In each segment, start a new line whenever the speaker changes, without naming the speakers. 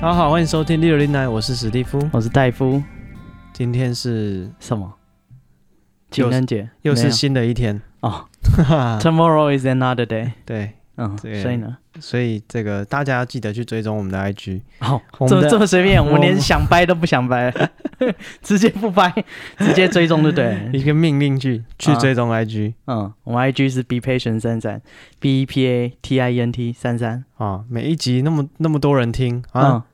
大家好，欢迎收听六零奶，我是史蒂夫。
我是戴夫。
今天是
什么？
又
情
是
人节
又
没
是
有
新的一天，
哦。
哈哈
Tomorrow is another day。
对，
嗯，
对
所以呢？
所以这个大家要记得去追踪我们的 IG。
哦，
我
这
们的
么这么随便，我
我
们连想掰都不 想掰，直接不掰，直接追踪就对了。
一个命令句，去追踪 IG
嗯，我们 IG 是 be patient 三三，b e p a t i e n t 三三。
啊每一集那么那么多人听啊、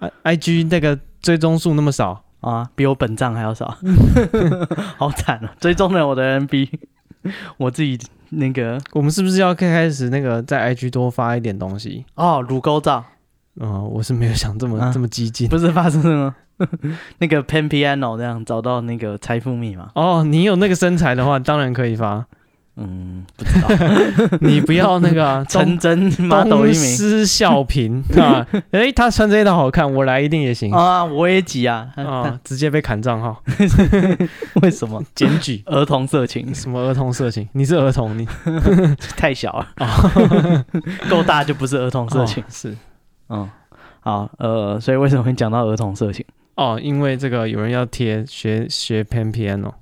嗯
i g 那个追踪数那么少，
啊，比我本账还 要少，好惨啊！追踪了我的人比我自己那个
我们是不是要开开始那个在 IG 多发一点东西？
哦，乳沟照
嗯、我是没有想这么、
啊
这么激进。
不是发生了吗？ 那个 Pen Piano 那样找到那个财富密码，
哦，你有那个身材的话，当然可以发。
嗯，不知道。
你不要那个 啊
陈真 model
东
一名
施效颦 啊！诶，他穿这一套好看，我来一定也行啊、
啊，我也急啊，
直接被砍账号、
为什么
检举，
儿童色情
什么儿童色情？你是儿童，你
太小了， 够大就不是儿童色情
哦。是
嗯，好，呃，所以为什么会讲到儿童色情？
哦，因为这个有人要贴学学 pan piano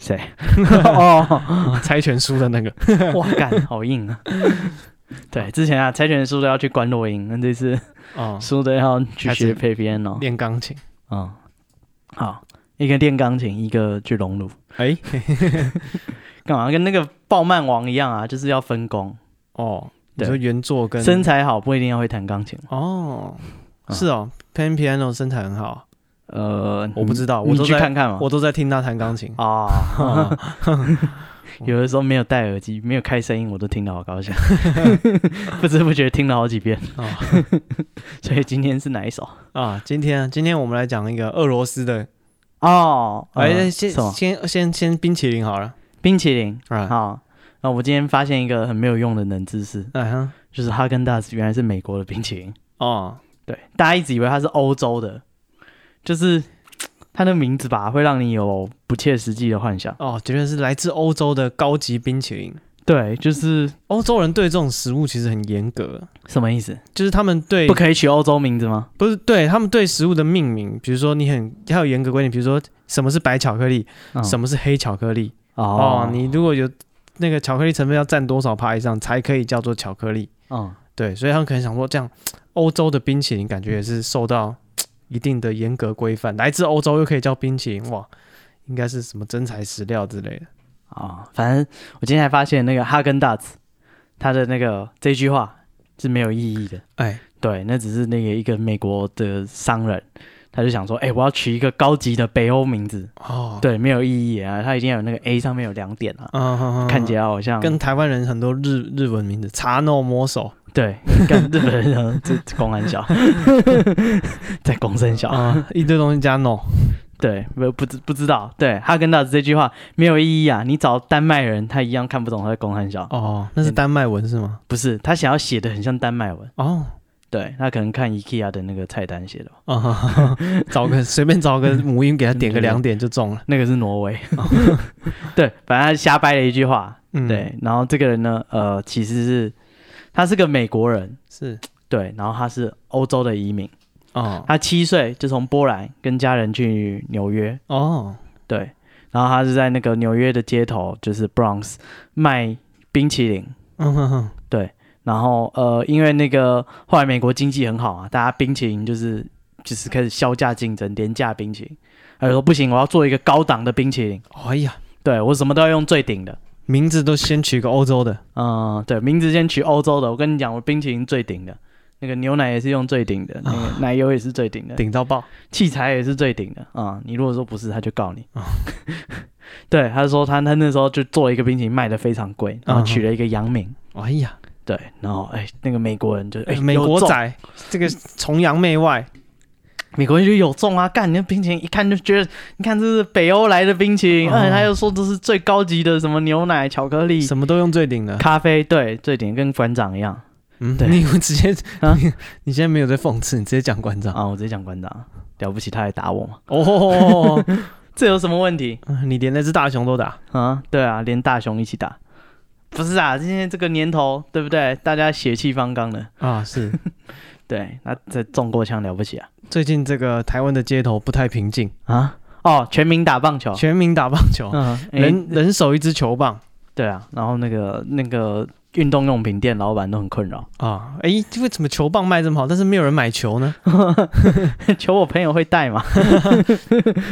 谁？ 哦，
猜拳书的那个，
哇，干，好硬啊！对，之前啊，猜拳输都要去关落音，那这次
哦，
输的要去
还
学
是
配边哦。
练钢琴。
嗯，好，一个练钢琴，一个去熔炉，
哎、
干嘛？跟那个暴漫王一样啊，就是要分工。
哦，你
对
说原作跟
身材好不一定要会弹钢琴。
哦，
啊
是哦、p a n piano 身材很好，
呃，
我不知道，
你
我都
去
在
看看嘛。
我都在听他弹钢琴。 哦
啊，有的时候没有戴耳机，没有开声音，我都听得好 高兴，不知不觉听了好几遍。
哦
所以今天是哪一首？
啊，今天啊今天我们来讲一个俄罗斯的，
哦，
哎、
呃
先
什么？
先先先冰淇淋好了，
冰淇淋。
啊，
好，那我今天发现一个很没有用的冷知识，
哎哈，
就是哈根达斯原来是美国的冰淇淋。
哦，
对，大家一直以为它是欧洲的，就是它的名字吧，会让你有不切实际的幻想。
哦，绝对是来自欧洲的高级冰淇淋。
对，就是
欧洲人对这种食物其实很严格，
什么意思？
就是他们对
不可以取欧洲名字吗？
不是对他们对食物的命名，比如说你很还有严格规定，比如说什么是白巧克力，
嗯
什么是黑巧克力。
哦
哦，你如果有那个巧克力成分要占多少趴以上才可以叫做巧克力？
嗯，
对，所以他们可能想说，这样欧洲的冰淇淋感觉也是受到一定的严格规范，来自欧洲又可以叫冰淇淋，哇，应该是什么真材实料之类的。
啊、反正我今天还发现那个哈根达斯，他的那个这句话是没有意义的。
哎，
对，那只是那个一个美国的商人，他就想说，哎、我要取一个高级的北欧名字。
哦，
对，没有意义啊，他已经有那个 A 上面有两点啊，
嗯，嗯，嗯
看起
嗯
来好像
跟台湾人很多日日文名字，茶诺魔手
对，跟日本人讲这这公安小， 在公生小，
啊、一堆东西加 no
对，不不知不知道，对哈根达斯这句话没有意义啊！你找丹麦人，他一样看不懂他在公安小，
哦，那
嗯
是丹麦文是吗？
不是他想要写的很像丹麦文，
哦，
对他可能看 IKEA 的那个菜单写的吧，
啊、 找个随便找 个母音给他点个两点就中了。
那个是挪威， 对，反正他瞎掰了一句话，
嗯，
对，然后这个人呢，呃，其实是他是个美国人，
是
对，然后他是欧洲的移民，
哦
他七岁就从波兰跟家人去纽约，
哦
对，然后他是在那个纽约的街头，就是 Bronx 卖冰淇淋。
嗯哼哼，
然后呃，因为那个后来美国经济很好啊，大家冰淇淋就是就是开始削价竞争，廉价冰淇淋。他就说不行，我要做一个高档的冰淇淋，
哎呀，
对我什么都要用最顶的。
名字都先取个欧洲的
嗯，对，名字先取欧洲的。我跟你讲，我冰淇淋最顶的，那个牛奶也是用最顶的，那个奶油也是最顶的，
顶到爆。
器材也是最顶的啊、你如果说不是，他就告你。
哦
对，他说他他那时候就做一个冰淇淋，卖的非常贵，然后
嗯哼
取了一个洋名。
哎呀，呃
对，然后哎，那个美国人就哎，
美
有
国
中
仔这个崇洋媚外，
美国人就有中啊！干，你那冰淇淋一看就觉得，你看这是北欧来的冰淇淋，
哦
而且他又说这是最高级的什么牛奶、巧克力、
什么都用最顶的。
咖啡，对，这点跟馆长一样
嗯，
对
你直接
啊
你现在没有在讽刺，你直接讲馆长。
啊！我直接讲馆长，了不起，他还打我嘛？
哦，
这有什么问题
你连那只大熊都打。
啊？对啊，连大熊一起打，不是啊？今天这个年头，对不对？大家血气方刚的，
啊，是
对，那这中过枪了不起啊！
最近这个台湾的街头不太平静，
啊，哦，全民打棒球，
全民打棒球，
嗯，人
人人手一支球棒
对啊，然后那个那个运动用品店老板都很困扰，
啊！哎，为什么球棒卖这么好，但是没有人买球呢？
求我朋友会 带嘛，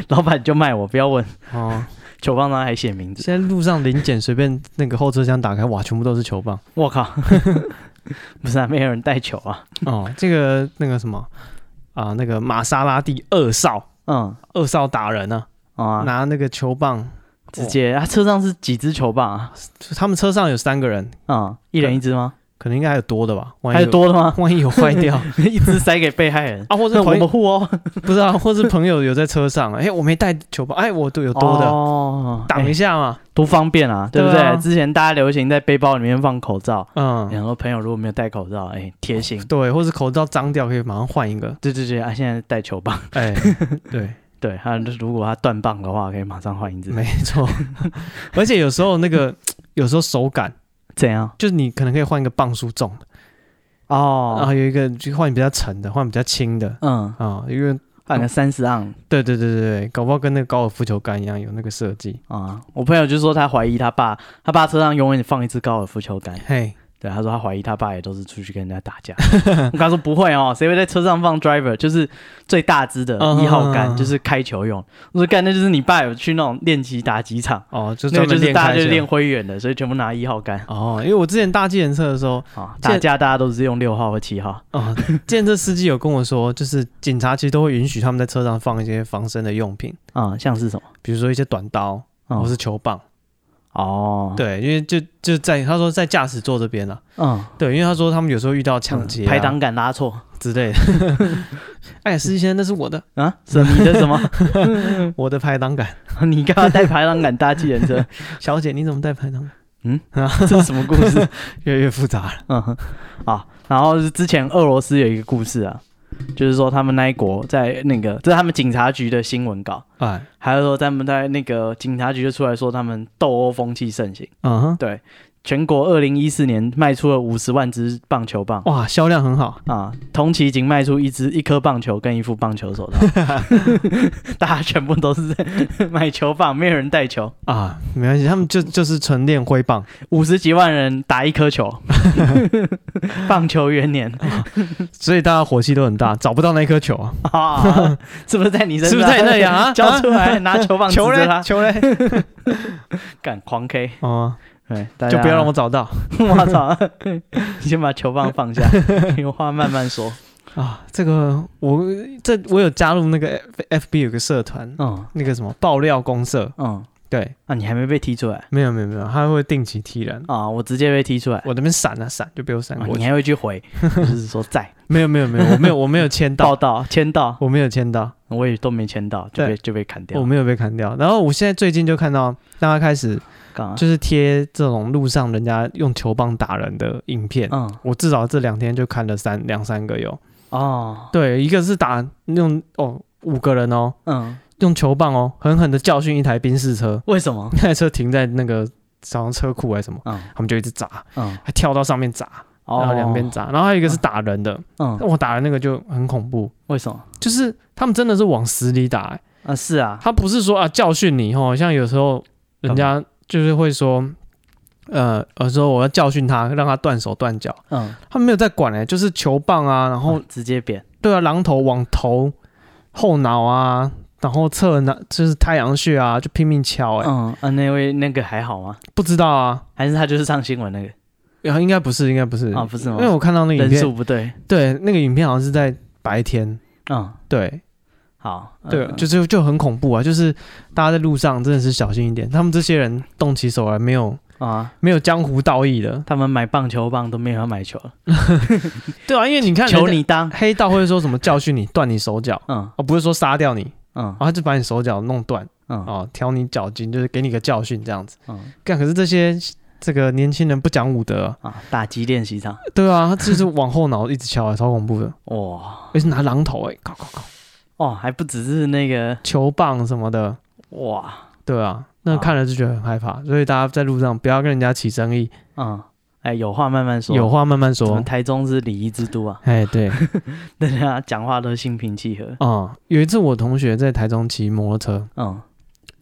老板就卖我，不要问，
哦，
球棒上还写名字，
现在路上零检随便那个后车厢打开，哇，全部都是球 棒。
我靠，不是啊，没有人带球啊，
哦，这个那个什么啊，那个玛莎拉蒂二少，
嗯，
二少打人啊，
啊，
拿那个球棒，
直接啊，车上是几支球棒啊？
他们车上有三个人，
嗯，一人一支吗？
可能应该还有多的吧？万一
还有，多的吗？
万一有坏 掉，
一支塞给被害人
啊，或者
那我
朋
们护哦，
不知道、或是朋友有在车上，哎、我没带球棒，哎，我都有多的，
哦，
挡、
哎
一下嘛，
多方便啊，对不
对啊
对？之前大家流行在背包里面放口罩，
嗯，哦
然后朋友如果没有戴口罩，哎，贴心。
对，或是口罩脏掉可以马上换一个，
对对对啊！现在带球棒，
哎、对，
对他如果他断棒的话，可以马上换一支。
嗯没错，而且有时候那个有时候手感，
怎样？
就是你可能可以换一个磅数重的，然
哦
后，有一个就换比较沉的，换比较轻的。
嗯，
啊、因为
换个三十盎
对对对对对，搞不好跟那个高尔夫球杆一样有那个设计。
啊！我朋友就说他怀疑他爸，他爸车上永远放一支高尔夫球杆。
嘿，
对，他说他怀疑他爸也都是出去跟人家打架。 我跟他说不会哦，谁会在车上放 driver，就是最大支的
嗯
一号杆，
嗯
就是开球用。我说干，那就是你爸有去那种练级打击场，
哦，就
那
专
个
门
就是
练
大
开
家就
球
练挥远的，所以全部拿一号杆
哦，因为我之前搭计程车的时候，
啊。
这
打架大家都是用六号和七号。
啊、计程车司机有跟我说，就是警察其实都会允许他们在车上放一些防身的用品，
啊、像是什么？
比如说一些短刀
嗯
或是球棒。
哦，，
对，因为就就在他说在驾驶座这边了、
嗯，
对，因为他说他们有时候遇到抢劫、啊、
排档杆拉错
之类的。 哎，司机先生，那是我的，
啊？什么？你的什么？
我的排档杆。
你干嘛带排档杆搭计程车？
小姐，你怎么带排档杆？
这是什么故事？
越来越复杂了。
嗯， 啊，然后是之前俄罗斯有一个故事啊，就是说他们那一国在那个，这是他们警察局的新闻稿，
哎，
还有说他们在那个警察局就出来说他们斗殴风气盛行，
嗯哼，
对，全国二零一四年卖出了五十万支棒球棒。
哇，销量很好。
啊，同期仅卖出一支一颗棒球跟一副棒球手套， 大家全部都是在买球棒，没有人带球，
啊，没关系，他们就就是纯练挥棒，
五十几万人打一颗球， 棒球元年
所以大家火气都很大，找不到那颗球啊，
啊， 是不是在你身上？
是不是在那里 啊
交出来，拿球棒指
球
着
嘞
他，
球嘞，
敢狂 K，
哦、
对，大家
就不要让我找到
我操，你先把球棒放 下，有话慢慢说。
啊。这个我这我有加入那个 F B 有个社团，
嗯
那个什么爆料公社，
嗯，
对，
啊，你还没被踢出来
没有没有没有，他会定期踢人，
啊？我直接被踢出来，
我那边闪啊闪就被我闪
啊
过
你
去，
还会 去回，就是说在
没有没有没有，我没有我没有 签
报
到，
道签到。
我没有签到，
我也都没签到，就
对
被就被砍掉
我。没有被砍掉。然后我现在最近就看到大家开始
干嘛？
就是贴这种路上人家用球棒打人的影片。
嗯
我至少这两天就看了三两三个有，
哦
对，一个是打用哦五个人哦，
嗯，
用球棒哦狠狠的教训一台宾士车，
为什么？
那台车停在那个好像车库还是什么，
嗯
他们就一直砸，
嗯
还跳到上面砸，
哦
然后两边砸，然后还有一
啊
个是打人的，
嗯，
我打的那个就很恐怖，
为什么？
就是他们真的是往死里打、欸，
啊是啊，
他不是说啊教训你哦，像有时候人家就是会说。呃，有时候我要教训他，让他断手断脚，
嗯，
他们没有在管哎、就是球棒啊，然后
哦直接扁
对啊，榔头往头、后脑啊，然后侧脑就是太阳穴啊，就拼命敲、欸。
嗯啊那位那个还好吗？
不知道啊，
还是他就是上新闻那个
然后应该不是，应该不是，嗯
啊？不是
因
吗
为？我看到那个影
人
片，
数不对，
对，那个影片好像是在白天，
嗯，
对
好，
对，
嗯
就就就很恐怖啊，就是大家在路上真的是小心一点，他们这些人动起手来没有
啊，
没有江湖道义的，
他们买棒球棒都没有要买球了，
对啊，因为你看，
求你当，
黑道会说什么教训你、断你手脚。
嗯
哦，不是说杀掉你，
嗯
啊，他就把你手脚弄断，
嗯
哦，挑你脚筋，就是给你个教训这样子。
嗯
干，可是这些这个年轻人不讲武德、啊，
啊，打击练习场，
对啊，他就是往后脑一直敲、啊，超恐怖的，
哇
而且拿榔头、欸，哎，搞搞搞，
哦，还不只是那个
球棒什么的，
哇，
啊对啊，那看了就觉得很害怕，所以大家在路上不要跟人家起争议，
嗯哎，有话慢慢说。
有话慢慢
我
说
们。台中是礼仪之都啊，
哎，对，
大家讲话都心平气和。
哦、有一次我同学在台中骑摩托车，
嗯，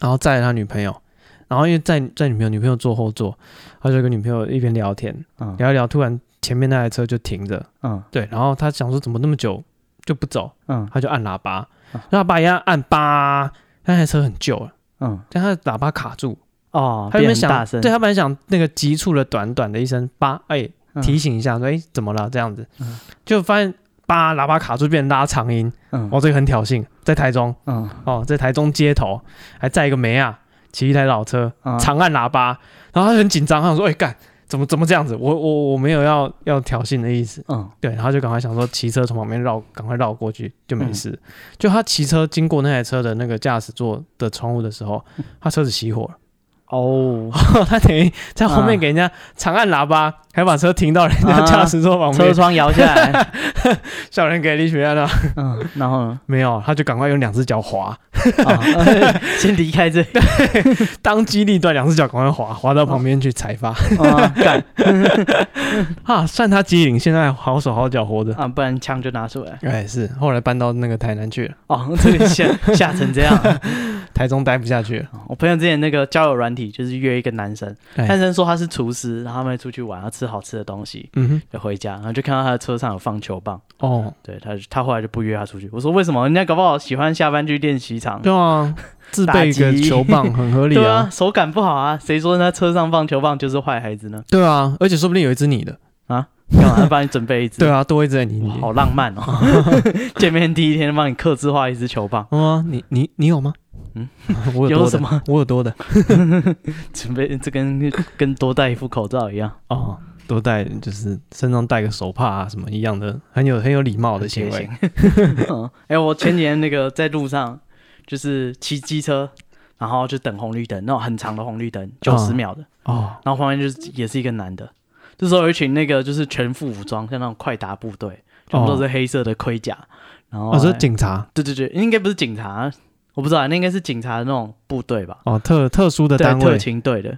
然后载了他女朋友，然后因为载载女朋友，女朋友坐后座，他就跟女朋友一边聊天，
嗯
聊一聊，突然前面那台车就停着，
嗯
对，然后他想说怎么那么久就不走，
嗯
他就按喇叭
啊，
那喇叭一样按叭，那台车很旧了，
嗯，
但他的喇叭卡住，
哦，
他原
变
本
很大
想，
声，
对啊他本来想那个急促的短短的一声叭，哎，
嗯
提醒一下说，哎，怎么了这样子
嗯，
就发现叭喇叭卡住变拉长音，
嗯
哦，这个很挑衅，在台中。
嗯
哦，在台中街头还载一个梅啊，骑一台老车，
嗯
长按喇叭，然后他很紧张，他想说：“哎、干，怎么怎么这样子？我我我没有要要挑衅的意思。
嗯”
对，然后就赶快想说骑车从旁边绕，赶快绕过去就没事。就他骑车经过那台车的那个驾驶座的窗户的时候，他车子熄火了，
哦，
他等于在后面
啊
给人家长按喇叭，还把车停到人家驾驶座旁边，
车窗摇下来，
小人给力学院了。啊
嗯，然后呢，
没有，他就赶快用两只脚滑，
啊 先离开这里，
当机立断，两只脚赶快滑，滑到旁边去踩发。
啊干
啊，算他机灵，现在好手好脚活着。
啊，不然枪就拿出来。
哎，是，后来搬到那个台南去了，
哦，这里 吓吓成这样。
台中待不下去了。
我朋友之前那个交友软体就是约一个男生，
哎
男生说他是厨师，然后他们出去玩，要吃好吃的东西，
嗯哼，
就回家，然后就看到他的车上有放球棒，
哦，
对他就他后来就不约他出去。我说为什么？人家搞不好喜欢下班去练习场。
对啊，自备一
打
个
击
球 棒很合理
对
啊
啊，。手感不好啊！谁说他车上放球棒就是坏孩子呢？
对啊，而且说不定有一只你的。
干 嘛要帮你准备一支？
对啊，多一只在你
哇，
里。
好浪漫 哦！见面第一天帮你刻制化一支球棒，
哦，你你你有吗？嗯
嗯，
我
有
多
什
的，
么
我有多的。
准备？这跟跟多戴一副口罩一样，
哦，多带就是身上带个手帕啊什么一样的，很有很有礼貌的行
很
为。
贴心。 嗯，哎、我前几天那个在路上就是骑机车，然后就等红绿灯，那种很长的红绿灯，九十
嗯
秒的，
哦，
然后旁边就是也是一个男的，这时候有一群那个就是全副武装，像那种快打部队，全部都是黑色的盔甲，然后哎
我啊说哦警察
对对对，应该不是警察，我不知道，那应该是警察的那种部队吧。
哦，特特殊的
对
单
特
位
勤队的，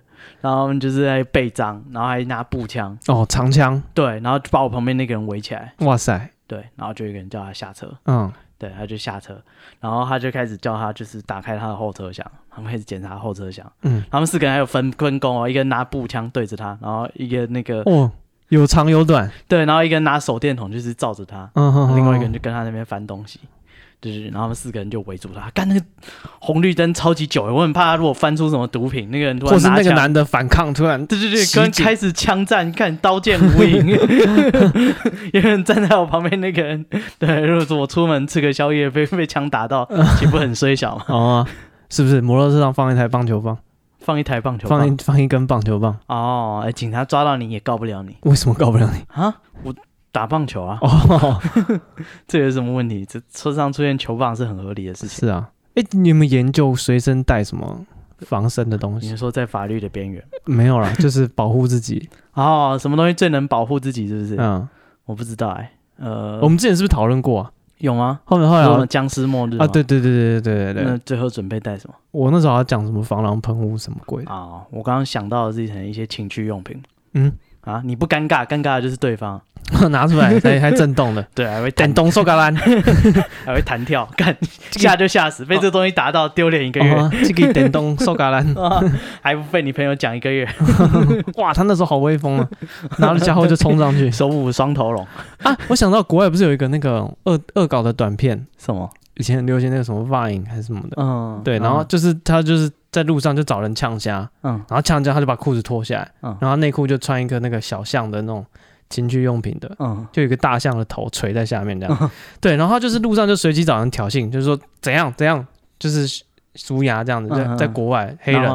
然后他们就是在背章，然后还拿步枪，
哦，长枪，
对，然后就把我旁边那个人围起来，
哇塞，
对，然后就有一个人叫他下车，
嗯，
对，他就下车，然后他就开始叫他就是打开他的后车厢，他们开始检查后车厢，
嗯，
他们四个人还有分分工哦，一个拿步枪对着他，然后一个那个、
哦，有长有短，
对，然后一个拿手电筒就是照着他，
嗯哼，
另外一个人
就
就跟他那边翻东西。就是，然后他们四个人就围住他，干那个红绿灯超级久，我很怕他如果翻出什么毒品，那个人突然
或是
拿
那个
枪
男的反抗，突然
对对对，
袭
跟
警
开始枪战，看刀剑 无影。有人站在我旁边，那个人对，如果说我出门吃个宵夜被被枪 打到，岂不很衰小吗？
哦、 是不是摩托车上放一台棒球棒，
放一台棒球棒，
放一放一根棒球棒，
哦，哎，警察抓到你也告不了你
为什么告不 了你？
啊！我打棒球啊，
哦，
这有什么问题？这车上出现球棒是很合理的事情。
是啊，哎、你有没有研究随身带什么防身的东
你
西？
是说在法律的边缘？
没有 啦，就是保护自己。
哦，什么东西最能保护自己？是不是？
嗯，
我不知道哎、呃，
我们之前是不是讨论过啊？
有吗？
后面后来
我
好像
们僵尸末日
啊，
吗
对。对对对对对对
那
对，
最后准备带什么？
我那时候好像讲什么防狼喷雾什么鬼的，
啊、我刚刚想到的是可能一些情趣用品。
嗯，
啊，你不尴尬，尴尬的就是对方。
拿出
，
来还还震动的
对，还会弹
等，动受橄榄，
还会弹跳，干吓就吓死，被这东西打到丢脸一个月，
哦这个电动受橄 榄，
啊还不被你朋友讲一个月，
哇，他那时候好威风啊，拿了家伙就冲上去，
手舞双头龙，
啊，我想到国外不是有一个那个恶恶搞的短片，
什么？
以前很流行那个什么 Vine 还是什么的，
嗯，
对，然后就是他就是在路上就找人呛虾，
嗯
然后呛虾他就把裤子脱下来，
嗯
然后内裤就穿一个那个小象的那种情趣用品的，
嗯
就有一个大象的头垂在下面这样， 对，然后他就是路上就随机找人挑衅，就是说怎样怎样，就是。俗牙这样子，
嗯
在
嗯
在国外黑人，
然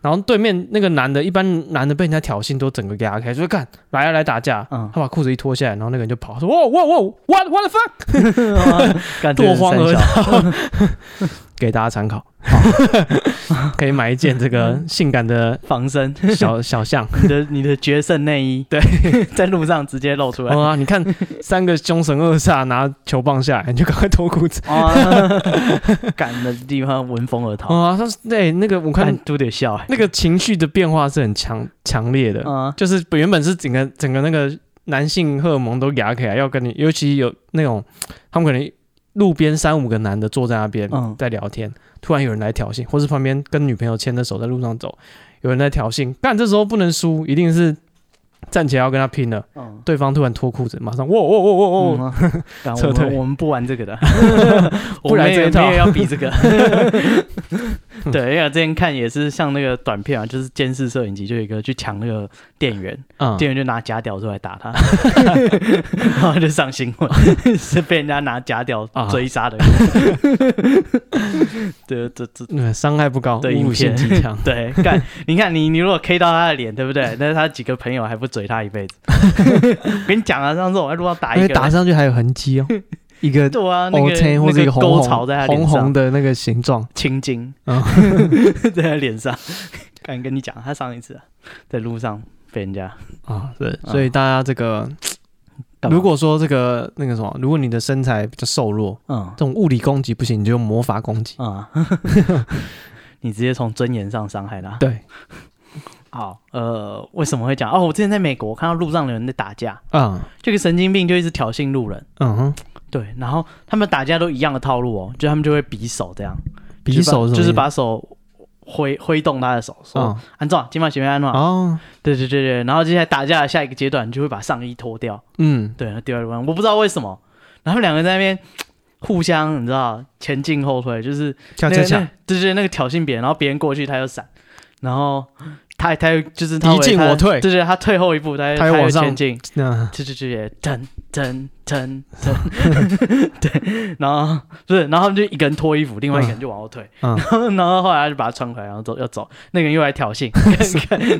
然后
后
对面那个男的，一般男的被人家挑衅都整个给他开，说看来啊来打架，
嗯，
他把裤子一脱下来，然后那个人就跑，说哇哇哇，what what the fuck？
干这个
落荒而
三小
给大家参考， 可以买一件这个性感的
防身，
小小象。
你的你的决胜内 衣，对， 在路上直接露出来
哦。啊，你看三个凶神恶煞拿球棒下来，你就赶快脱裤子。
啊，赶的地方闻风而逃，
哦啊，他是对那个我
看
看
都得笑哎。
那个情绪的变化是很强强烈的，
啊，
就是原本是整个整个那个男性荷尔蒙都压起来，要跟你，尤其有那种他们可能路边三五个男的坐在那边、
嗯
在聊天，突然有人来挑衅，或是旁边跟女朋友牵着手在路上走，有人在挑衅，但这时候不能输，一定是站起来要跟他拼了。
嗯，
对方突然脱裤子，马上哇哇哇哇哇！
嗯啊 干
撤
我
退
们我们不玩这 个的，
不然
我们也
这一套
没有要比这 个。对，因为我之前看也是像那个短片啊，就是监视摄影机，就有一个去抢那个店员，
啊、
店员就拿假屌出来打 他，然后就上新 闻，是被人家拿假屌追杀的。 对，这这
嗯，伤害不高，
对
侮辱性
影片。
极强
对，干，你看你你如果 K 到他的脸，对不对？但是他几个朋友还不嘴他一 辈子。我跟你讲啊，上次我在路上打
因
一
为
个，
打上去还有痕迹哦，一个
对啊，那
O
个
K 哦或者
那
一
个
个
沟
红
槽
红
在他脸
红
上，
红的那个形状。
青筋
嗯
在他脸上。敢跟你讲，他上一次、啊、在路上被人家
啊，对，
啊
所以大家这个，
干嘛
如果说这个那个什么，如果你的身材比较瘦弱，
嗯
这种物理攻击不行，你就用魔法攻击。
啊， 你直接从尊严上伤害他。
对，
好，呃，为什么会讲？哦，我之前在美国看到路上有人在打架，
嗯
这个神经病就一直挑衅路人。
嗯哼，
对，然后他们打架都一样的套路哦，就他们就会比手这样，
匕首
就是把
什么意思
就是把手挥挥动他的手，说
嗯
安装今晚前面安啊装，
哦，
对对对对，然后接下来打架的下一个阶段，你就会把上衣脱掉，
嗯
对，然后丢在路上，我不知道为什么，然后他们两个人在那边互相你知道前进后退，就是
恰
那
恰
个
恰
那，对对，那个挑衅别人，然后别人过去他又闪，然后他他又就是他
敌进
他
我退
对对，他退后一步，他又
他又
又
往上
前进，
那
对对对，噔噔噔噔， 对，然后不是，然后他们就一个人脱衣服，另外一个人就往后退，
嗯
然后然后后来他就把他穿回来，然后走要走，那个人又来 挑衅，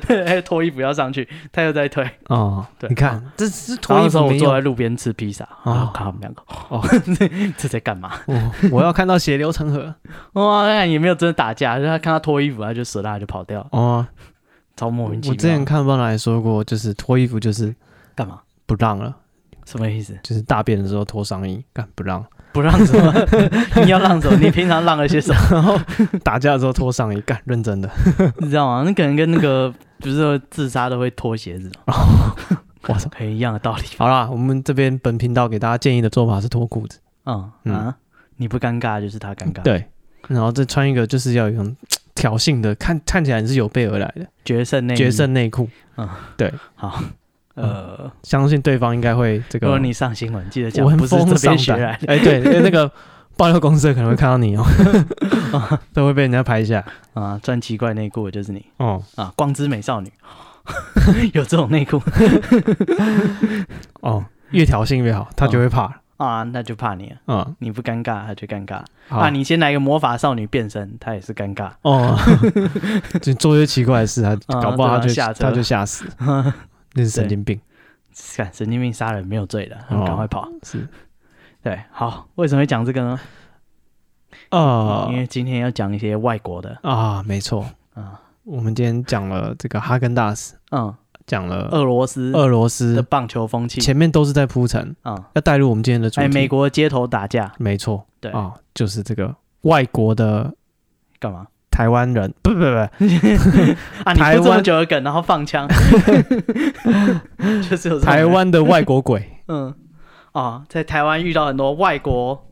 看他脱衣服要上去，他又在退，
哦，
对
你看这是
然
脱
后
衣
那时候
服
我
没
坐
有
在路边吃披萨，然后看他们两个，哦
哦，
这在干嘛？
哦， 我要看到血流成 河
哇，那也没有真的打架，就是他看他脱衣服，他就舍他就跑掉，
哦。
超莫
我
名其
之前
妙。
看报道也说过，就是脱衣服就是
干嘛？
不让了，
什么意思？
就是大便的时候脱上衣，干不 让；
不让什么？你要让什么？你平常让了些什么？
打架的时候脱上衣，干认真的。
你知道吗？那可能跟那个不是说自杀都会脱鞋子吗，
我操！
很一样的道 理。
好啦，我们这边本频道给大家建议的做法是脱裤子。
嗯
嗯
啊，你不尴尬就是他尴尬。，
对，然后再穿一个就是要有一种挑衅的，看看起来你是有备而来的
决胜内
决
衣。
胜内裤，
好，呃，
相信对啊方应该会这个。
如果你上新闻，记得讲
闻
不是
风
这边
丧
学来
胆
的。
哎，对， 哎那个爆料公司可能会看到你哦，都会被人家拍下。
啊，穿奇怪内裤的就是你
哦，
啊，光之美少女 有这种内裤
哦，越挑衅越好，他就会怕了。
啊，那就怕你了。
嗯，
你不尴尬，他就尴尬
好
啊！你先来一个魔法少女变身，他也是尴尬。
哦，就做些奇怪的事，他
啊
搞不好他
对啊
就
吓车
他就吓 死，那是神经病。
看神经病杀人没有罪的，
哦
赶快跑。
是
对，好，为什么会讲这个呢？
啊
因为今天要讲一些外国的，
啊，没错
啊。
我们今天讲了这个哈根达斯，
嗯，
讲了
俄罗斯
俄罗
的
斯，
棒球风气，
前面都是在铺陈。
嗯，
要带入我们今天的主题。
哎，美国街头打架，
没错，
对
啊、就是这个外国的
干嘛？
台湾人， 不不不，
啊，你
台湾
不这么久的梗，然后放 枪，就是 有这种人
台，湾的外国鬼，
嗯，哦，在台湾遇到很多外国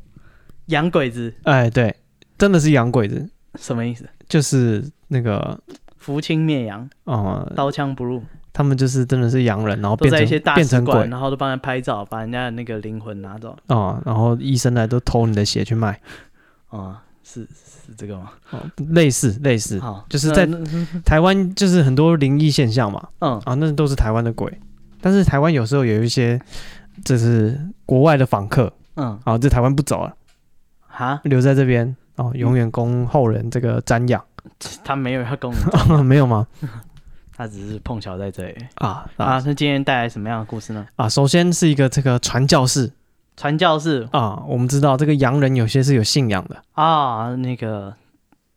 洋鬼子，
哎，对，真的是洋鬼子，
什么意思？
就是那个，
扶清灭洋，
呃，
刀枪不入，
他们就是真的是洋人，然后
都
变
在一些
成
大
变
使
成
馆，
鬼
然后都帮人拍照，把人家的那个灵魂拿走，
啊、然后医生来都偷你的血去卖，
啊，是是这个吗？
哦，类似类似，
好，
就是在
那那
台湾就是很多灵异现象嘛，
嗯
啊，那都是台湾的鬼，但是台湾有时候有一些就是国外的访客
嗯，
啊，在台湾不走了。
哈，
留在这边哦，永远供后人这个瞻仰，
他没有要跟我们，
没有吗？
他只是碰巧在这里
啊
啊
啊。
那今天带来什么样的故事呢？
啊！首先是一个这个传教士
传教士
啊，我们知道这个洋人有些是有信仰的，
啊，那个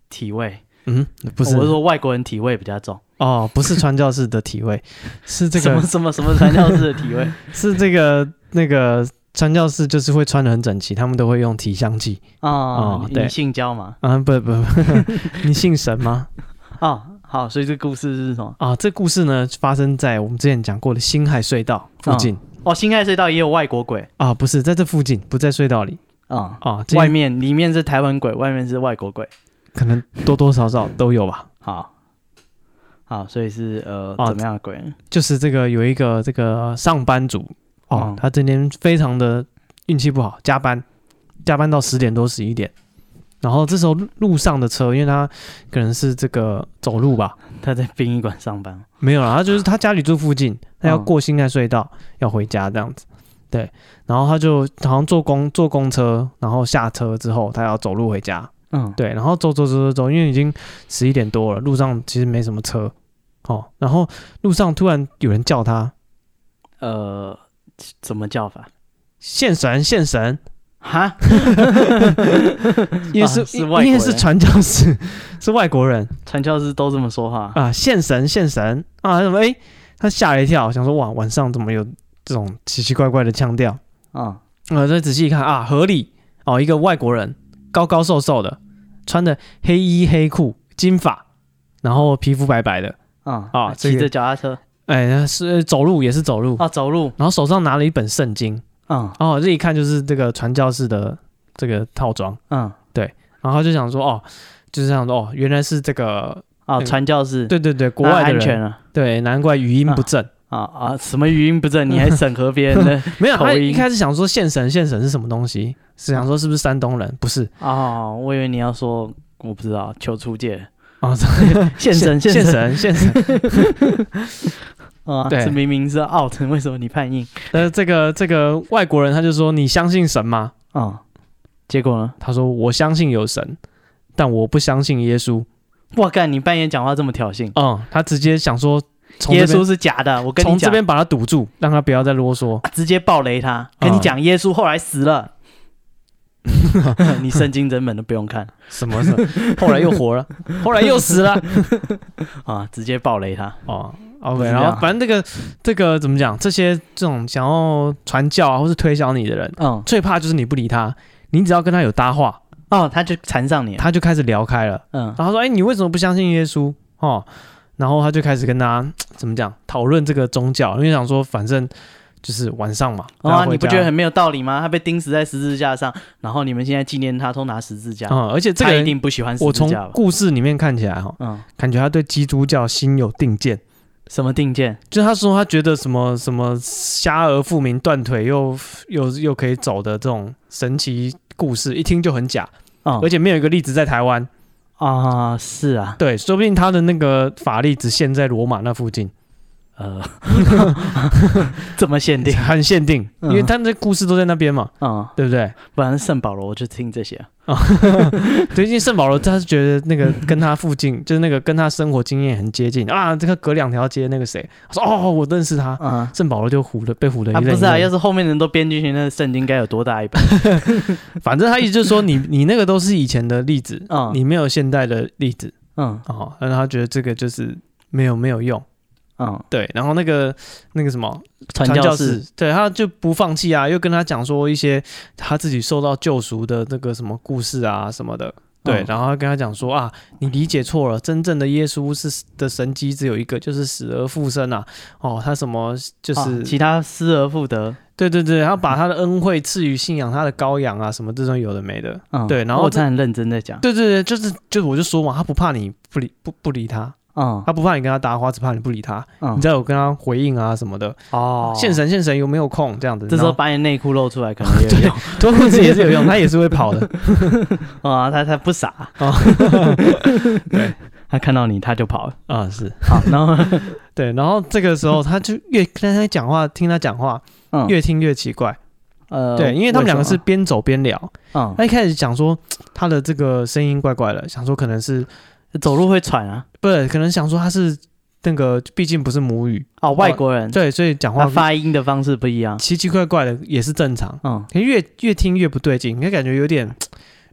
体味，哦
嗯，不是
我是说外国人体味比较重。
哦，不是传教士的体 味，是这
什么
个
什么什么传教士的体 味
是这个那个传教士就是会穿的很整齐，他们都会用体香剂
啊
哦？对
你性交嘛？
啊，不不，不 你信神吗？
啊，好，所以这故事是什么？
啊，这故事呢发生在我们之前讲过的辛亥隧道附近、
哦，新爱隧道也有外国鬼
啊，不是在这附近，不在隧道里
啊，
啊，这
外面里面是台湾鬼，外面是外国鬼。
可能多多少少都有吧。
好，好，所以是呃
哦
怎么样的鬼？
就是这个有一个这个呃上班族哦，
嗯
他今天非常的运气不好，加班，加班到十点多十一点，然后这时候路路上的车，因为他可能是这个走路吧，
他在殡仪馆上班。
没有啦，他就是他家里住附近，他要过新亥隧道、要回家这样子，对，然后他就好像坐公坐公车，然后下车之后他要走路回家，
嗯，
对，然后走走走走走，因为已经十一点多了，路上其实没什么车，哦，然后路上突然有人叫他。
呃，怎么叫法？
现神现 神，
哈，
因为是、
啊是外国人
因为是传教士，是外国人
传教士都这么说 话。
啊，现神现神啊，什么哎，他吓了一跳，想说哇，晚上怎么有这种奇奇怪怪的腔调？
嗯，
啊，再仔细一看啊，合理哦，一个外国人，高高瘦瘦的，穿的黑衣黑裤，金发，然后皮肤白白的，
啊
啊这
骑
个
着脚踏车
哎，是走路也是走路，
啊，走路，
然后手上拿了一本圣经，
嗯
哦，这一看就是这个传教士的这个套装，
嗯，
然后他就想说哦。就是想说哦，原来是这个
啊，
嗯
传教士，
对对对，国外的
安
人
全了
对，难怪语音不正。
啊啊，什么语音不正？你还审核别 人的
没有，
口
他
音
一开始想说现神现神是什么东西，是想说是不是山东人？不是
啊？我以为你要说我不知道，求出界，
啊，是
现 身
现
身
神现神。
啊，
对
这明明是 out，为 什么你判硬
呃，这个这个外国人他就说你相信神吗？
啊？结果呢？
他说我相信有神，但我不相信耶稣。
我干，你半夜讲话这么挑衅，
嗯，他直接想说从
耶
这边
稣是假的，我跟你
从这
讲，
边把他堵住，让他不要再啰嗦。
啊直接暴雷他，跟你
啊
讲，耶稣后来死 了。 你圣经整本都不用看
什么什么， 后来又活了，后来又死了。
啊，直接暴雷他。
哦
不
，OK，
是这样
然后反正这个这个怎么讲？这些这种想要传教啊，或是推销你的人，
嗯，
最怕就是你不理他，你只要跟他有搭话，
哦，他就缠上你了。
他就开始聊开了。
嗯
然后他说：“哎，你为什么不相信耶稣？”哦，然后他就开始跟他怎么讲讨论这个宗教，因为想说反正就是晚上嘛，大
啊，
家回
你不
家
觉得很没有道理吗？他被钉死在十字架上，然后你们现在纪念他，都拿十字架，
嗯？而且这
他
个
一
人
定不喜欢十
我
字
从
架吧？
故事里面看起来哈、哦，
嗯，
感觉他对基督教心有定见。
什么定见？
就是他说他觉得什么什么瞎而复明、断腿又又又可以走的这种神奇故事，一听就很假，
嗯
而且没有一个例子在台湾。
啊，是啊，
对，说不定他的那个法力只限在罗马那附近，
呃，这么限定？
很限定，因
嗯
为他们这故事都在那边嘛，
嗯，
对不 对？
不然圣保罗我就听这些。
最近圣保罗他是觉得那个跟他附近， 就是那个跟他生活经验很接近啊，这个隔两条街那个谁，他说哦，我认识他。
嗯，
圣保罗就唬了，被唬了一
啊，
愣一愣。
不是啊，要是后面人都编进去，那圣经该有多大一本？
反正他意思就是说 你，你那个都是以前的例子，
嗯
你没有现代的例子。
嗯
哦，然后他觉得这个就是没有没有用，
嗯，
对，然后那个那个什么
传
传
教
教
士
士，对，他就不放弃啊，又跟他讲说一些他自己受到救赎的这个什么故事啊什么的，对，
嗯
然后他跟他讲说啊，你理解错了，真正的耶稣是的神迹只有一个，就是死而复生啊，哦，他什么就
啊
是、
其他失而复得。
对对对，他把他的恩惠赐予信仰他的羔羊啊，什么这种有的没的，
嗯，
对然后
我
这
真的很认真在讲。
对对对，就是就是我就说嘛，他不怕你不理不不理他，
嗯
他不怕你跟他搭话，只怕你不理他。
嗯
你，再有跟他回应啊什么的，
哦
现神现神有没有空这样子？
这时候
然后
把你内裤露出来，可能也有用
脱裤子也是有用，他也是会跑的。
啊，他他不傻
哦对
他看到你他就跑了。
啊，是
好， 然后
对。然后这个时候他就越跟他讲话，听他讲话，
嗯
越听越奇怪。
呃，
对，因为他们两个是
什么
边走边聊。
嗯
他一开始讲说他的这个声音怪怪的，想说可能是
走路会喘啊，
不是，可能想说他是那个毕竟不是母语，
哦，外国人
对，所以讲
他
话
发音的方式不一样，
奇奇怪怪的也是正常。
嗯，
可是越越听越不对劲，你会感觉有点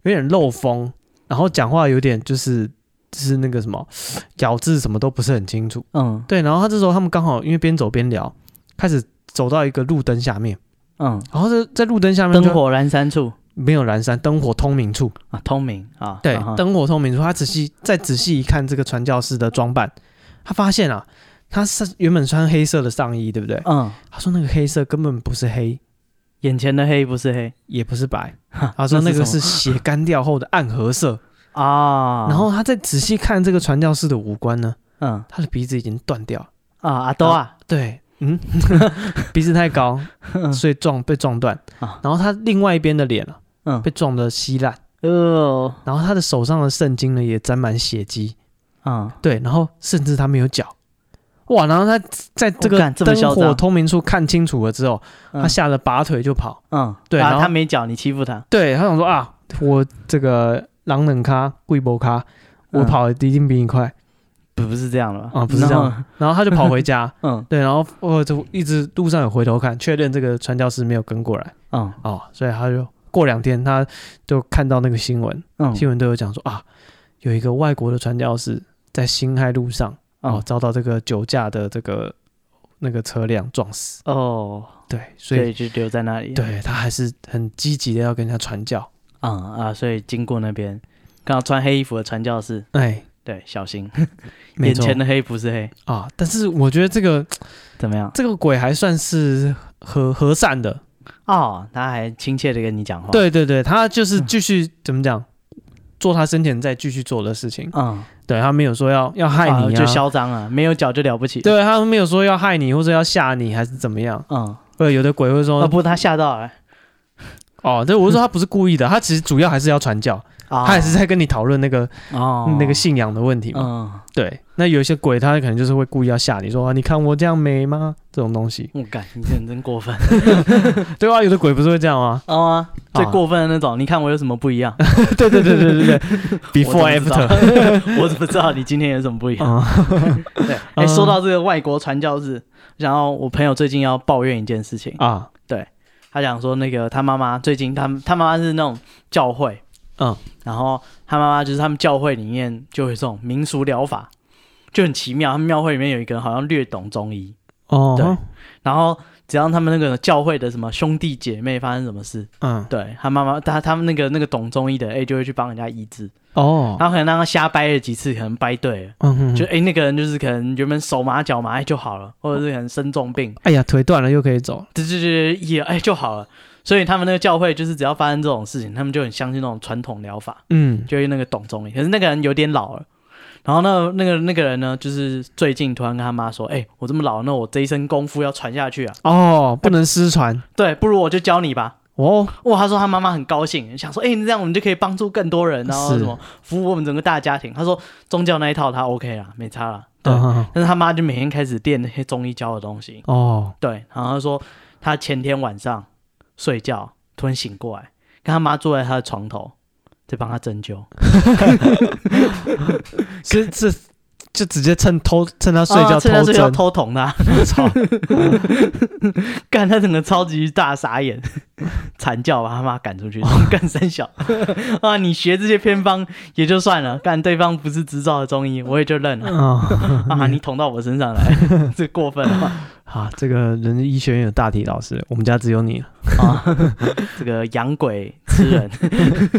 有点漏风，然后讲话有点就是就是那个什么咬字什么都不是很清楚。
嗯
对，然后他这时候他们刚好因为边走边聊，开始走到一个路灯下面，
嗯，
然后在在路灯下面就
灯火阑珊处
没有阑珊，灯火通明处。
啊，通明啊，
对，
啊哈
灯火通明处。他仔细再仔细一看这个传教士的装扮，他发现啊，他是原本穿黑色的上衣，对不对？
嗯，
他说那个黑色根本不是黑，
眼前的黑不是黑
也不是白，
哈
他说那个
什
是 血干掉后的暗褐色。
么啊，
然后他再仔细看这个传教士的五官呢，
嗯
他的鼻子已经断掉了。
啊，阿多啊，
对，嗯， 鼻子太高，所以撞被撞断
嗯啊。
然后他另外一边的脸啊，
嗯
被撞得稀烂。
哦，
然后他的手上的圣经呢，也沾满血迹。
嗯，
对，然后甚至他没有脚。哇！然后他在这
我
个
哦干这么
灯
嚣张
火通明处看清楚了之后，
嗯
他吓得拔腿就跑。
嗯，
对然
啊，
后
他没脚，你欺负他，
对他想说啊，我这个狼人咖、贵博咖，我
嗯
跑的一定比你快。
不不是这样了吧
啊不是这样，
然后
然后他就跑回家，
嗯
对，然后我就一直路上有回头看，确认这个传教士没有跟过来
嗯
哦，所以他就过两天他就看到那个新闻，
嗯，
新闻都有讲说啊，有一个外国的传教士在辛亥路上哦
嗯
遭到这个酒驾的这个那个车辆撞死，
哦，
对，所
所
以
以就留在那里，
对他还是很积极的要跟人家传教，
嗯啊，所以经过那边，看到穿黑衣服的传教士，
哎，
对，小心，
没
眼
错
前的黑不是黑，
啊，但是我觉得这个
怎么样？
这个鬼还算是和和善的，
哦，他还亲切的跟你讲话，，
对对对，他就是
嗯
继续、怎么讲，做他生前再继续做的事情。
嗯，
对他没有说要要害你、啊
啊就嚣张啊，没有脚就了不起，，
对他没有说要害你或者要吓你还是怎么样。
嗯，
呃，有的鬼会说、
啊不，他吓到了，
哦，对我是说他不是故意的，他其实主要还是要传教，
啊，
他也是在跟你讨论那个、
哦
那个信仰的问题嘛。
嗯，
对，那有一些鬼他可能就是会故意要吓你说、啊、你看我这样美吗？这种东西，
我干，你真真过分，？
对啊，有的鬼不是会这样吗
哦啊，最过分的那种，你看我有什么不一样
对对对对对对 ，before
我怎么知道
after，哦
我怎么知道你今天有什么不一样？
嗯
对，哎、说到这个外国传教士，然后我朋友最近要抱怨一件事情，
啊
他讲说那个他妈妈最近他他妈妈是那种教会，
嗯，
然后他妈妈就是他们教会里面就有这种民俗疗法，就很奇妙，他们庙会里面有一个人好像略懂中医，
哦
对，然后只要他们那个教会的什么兄弟姐妹发生什么事，
嗯
对他妈妈他他们那个那个懂中医的哎、就会去帮人家医治，
哦，
然后可能让他瞎掰了几次，可能掰对了。
嗯哼
就哎、诶那个人就是可能原本手麻脚麻哎就好了，或者是可能生重病，
哎呀，腿断了又可以走。
对对对，也哎就好了。所以他们那个教会就是只要发生这种事情，他们就很相信那种传统疗法，
嗯，
就是那个董中医。可是那个人有点老了，然后那那个那个人呢，就是最近突然跟他妈说：“哎、我这么老了，那我这一身功夫要传下去啊，
哦，不能失传
对，不如我就教你吧。”
哦。
哇，他说他妈妈很高兴，想说：“哎、这样我们就可以帮助更多人，然后
是
什么服务我们整个大家庭。”他说宗教那一套他 OK 啦，没差啦。对，
嗯哼
但是他妈就每天开始练那些中医教的东西。
哦，
对，然后他说他前天晚上睡觉突然醒过来，跟他妈坐在他的床头，在帮他针灸。
是是，就直接趁偷趁他睡
啊
觉
趁他
偷
睡觉
针，
偷捅他，
操！
干他整个超级大傻眼， 惨叫把他妈赶出
哦
去，说 干三小啊！你学这些偏方也就算了，干对方不是执照的中医，我也就认了。
啊
啊！你捅到我身上来， 这过分了吧
啊，这个人家医学院有大体老师，我们家只有你了。
啊！这个养鬼吃人，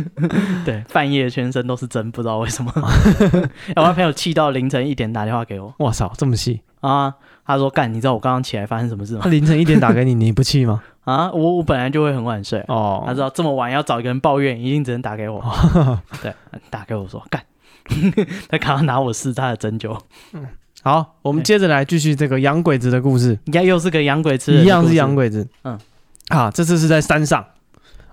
对，半夜全身都是针，不知道为什么。 哎我那朋友气到凌晨一点打电话给我
哇操，这么细，
啊，他说：“干，你知道我刚刚起来发生什么事吗
他？凌晨一点打给你，你不气吗？
啊，我我本来就会很晚睡，
哦，
他知道这么晚要找一个人抱怨，一定只能打给我。对，打给我说干， 他刚刚拿我试他的针灸，
好，我
哎
们接着来继续这个养鬼子的故事，
应该又是个养鬼吃人，
一样是养鬼
鬼。
子。
嗯，
啊，这次是在山上。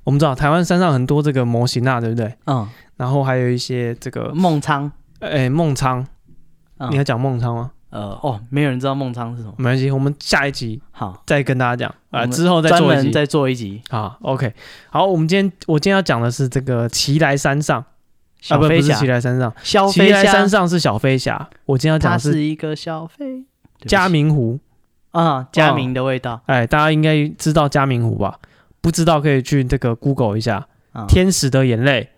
我们知道台湾山上很多这个模型啊，对不对？
嗯，
然后还有一些这个，
孟仓，
哎，梦仓，
嗯
你要讲梦仓吗？
呃，哦，没有人知道孟仓是什么。
没关系，我们下一集
好，
再跟大家讲啊、
我们
之后再
专
做一
门
集
再做一集。
啊。OK，好，我们今天我今天要讲的是这个奇来山上啊，
小
不
飞
不是
侠，
奇来山上，
小
奇
飞
来
侠
山，上是小飞侠，我今天要讲
他
的是
是一个小飞
嘉明湖。
啊，嘉明的味道
哎，大家应该知道嘉明湖吧？不知道可以去这个 Google 一下
啊，
《天使的眼泪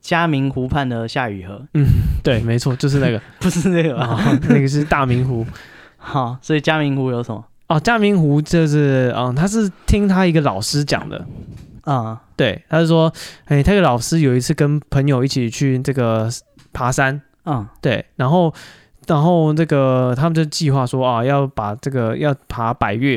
嘉明湖畔的夏雨荷》。
对，没错，就是那个
嗯不是那个 吧？
啊，那个是大明湖
好，所以嘉明湖有什么？
哦。嘉明湖就是嗯，他是听他一个老师讲的，
啊
对，他是说，哎，他一个老师有一次跟朋友一起去这个爬山，
嗯
对，然后然后这个他们就计划说啊，要把这个要爬百越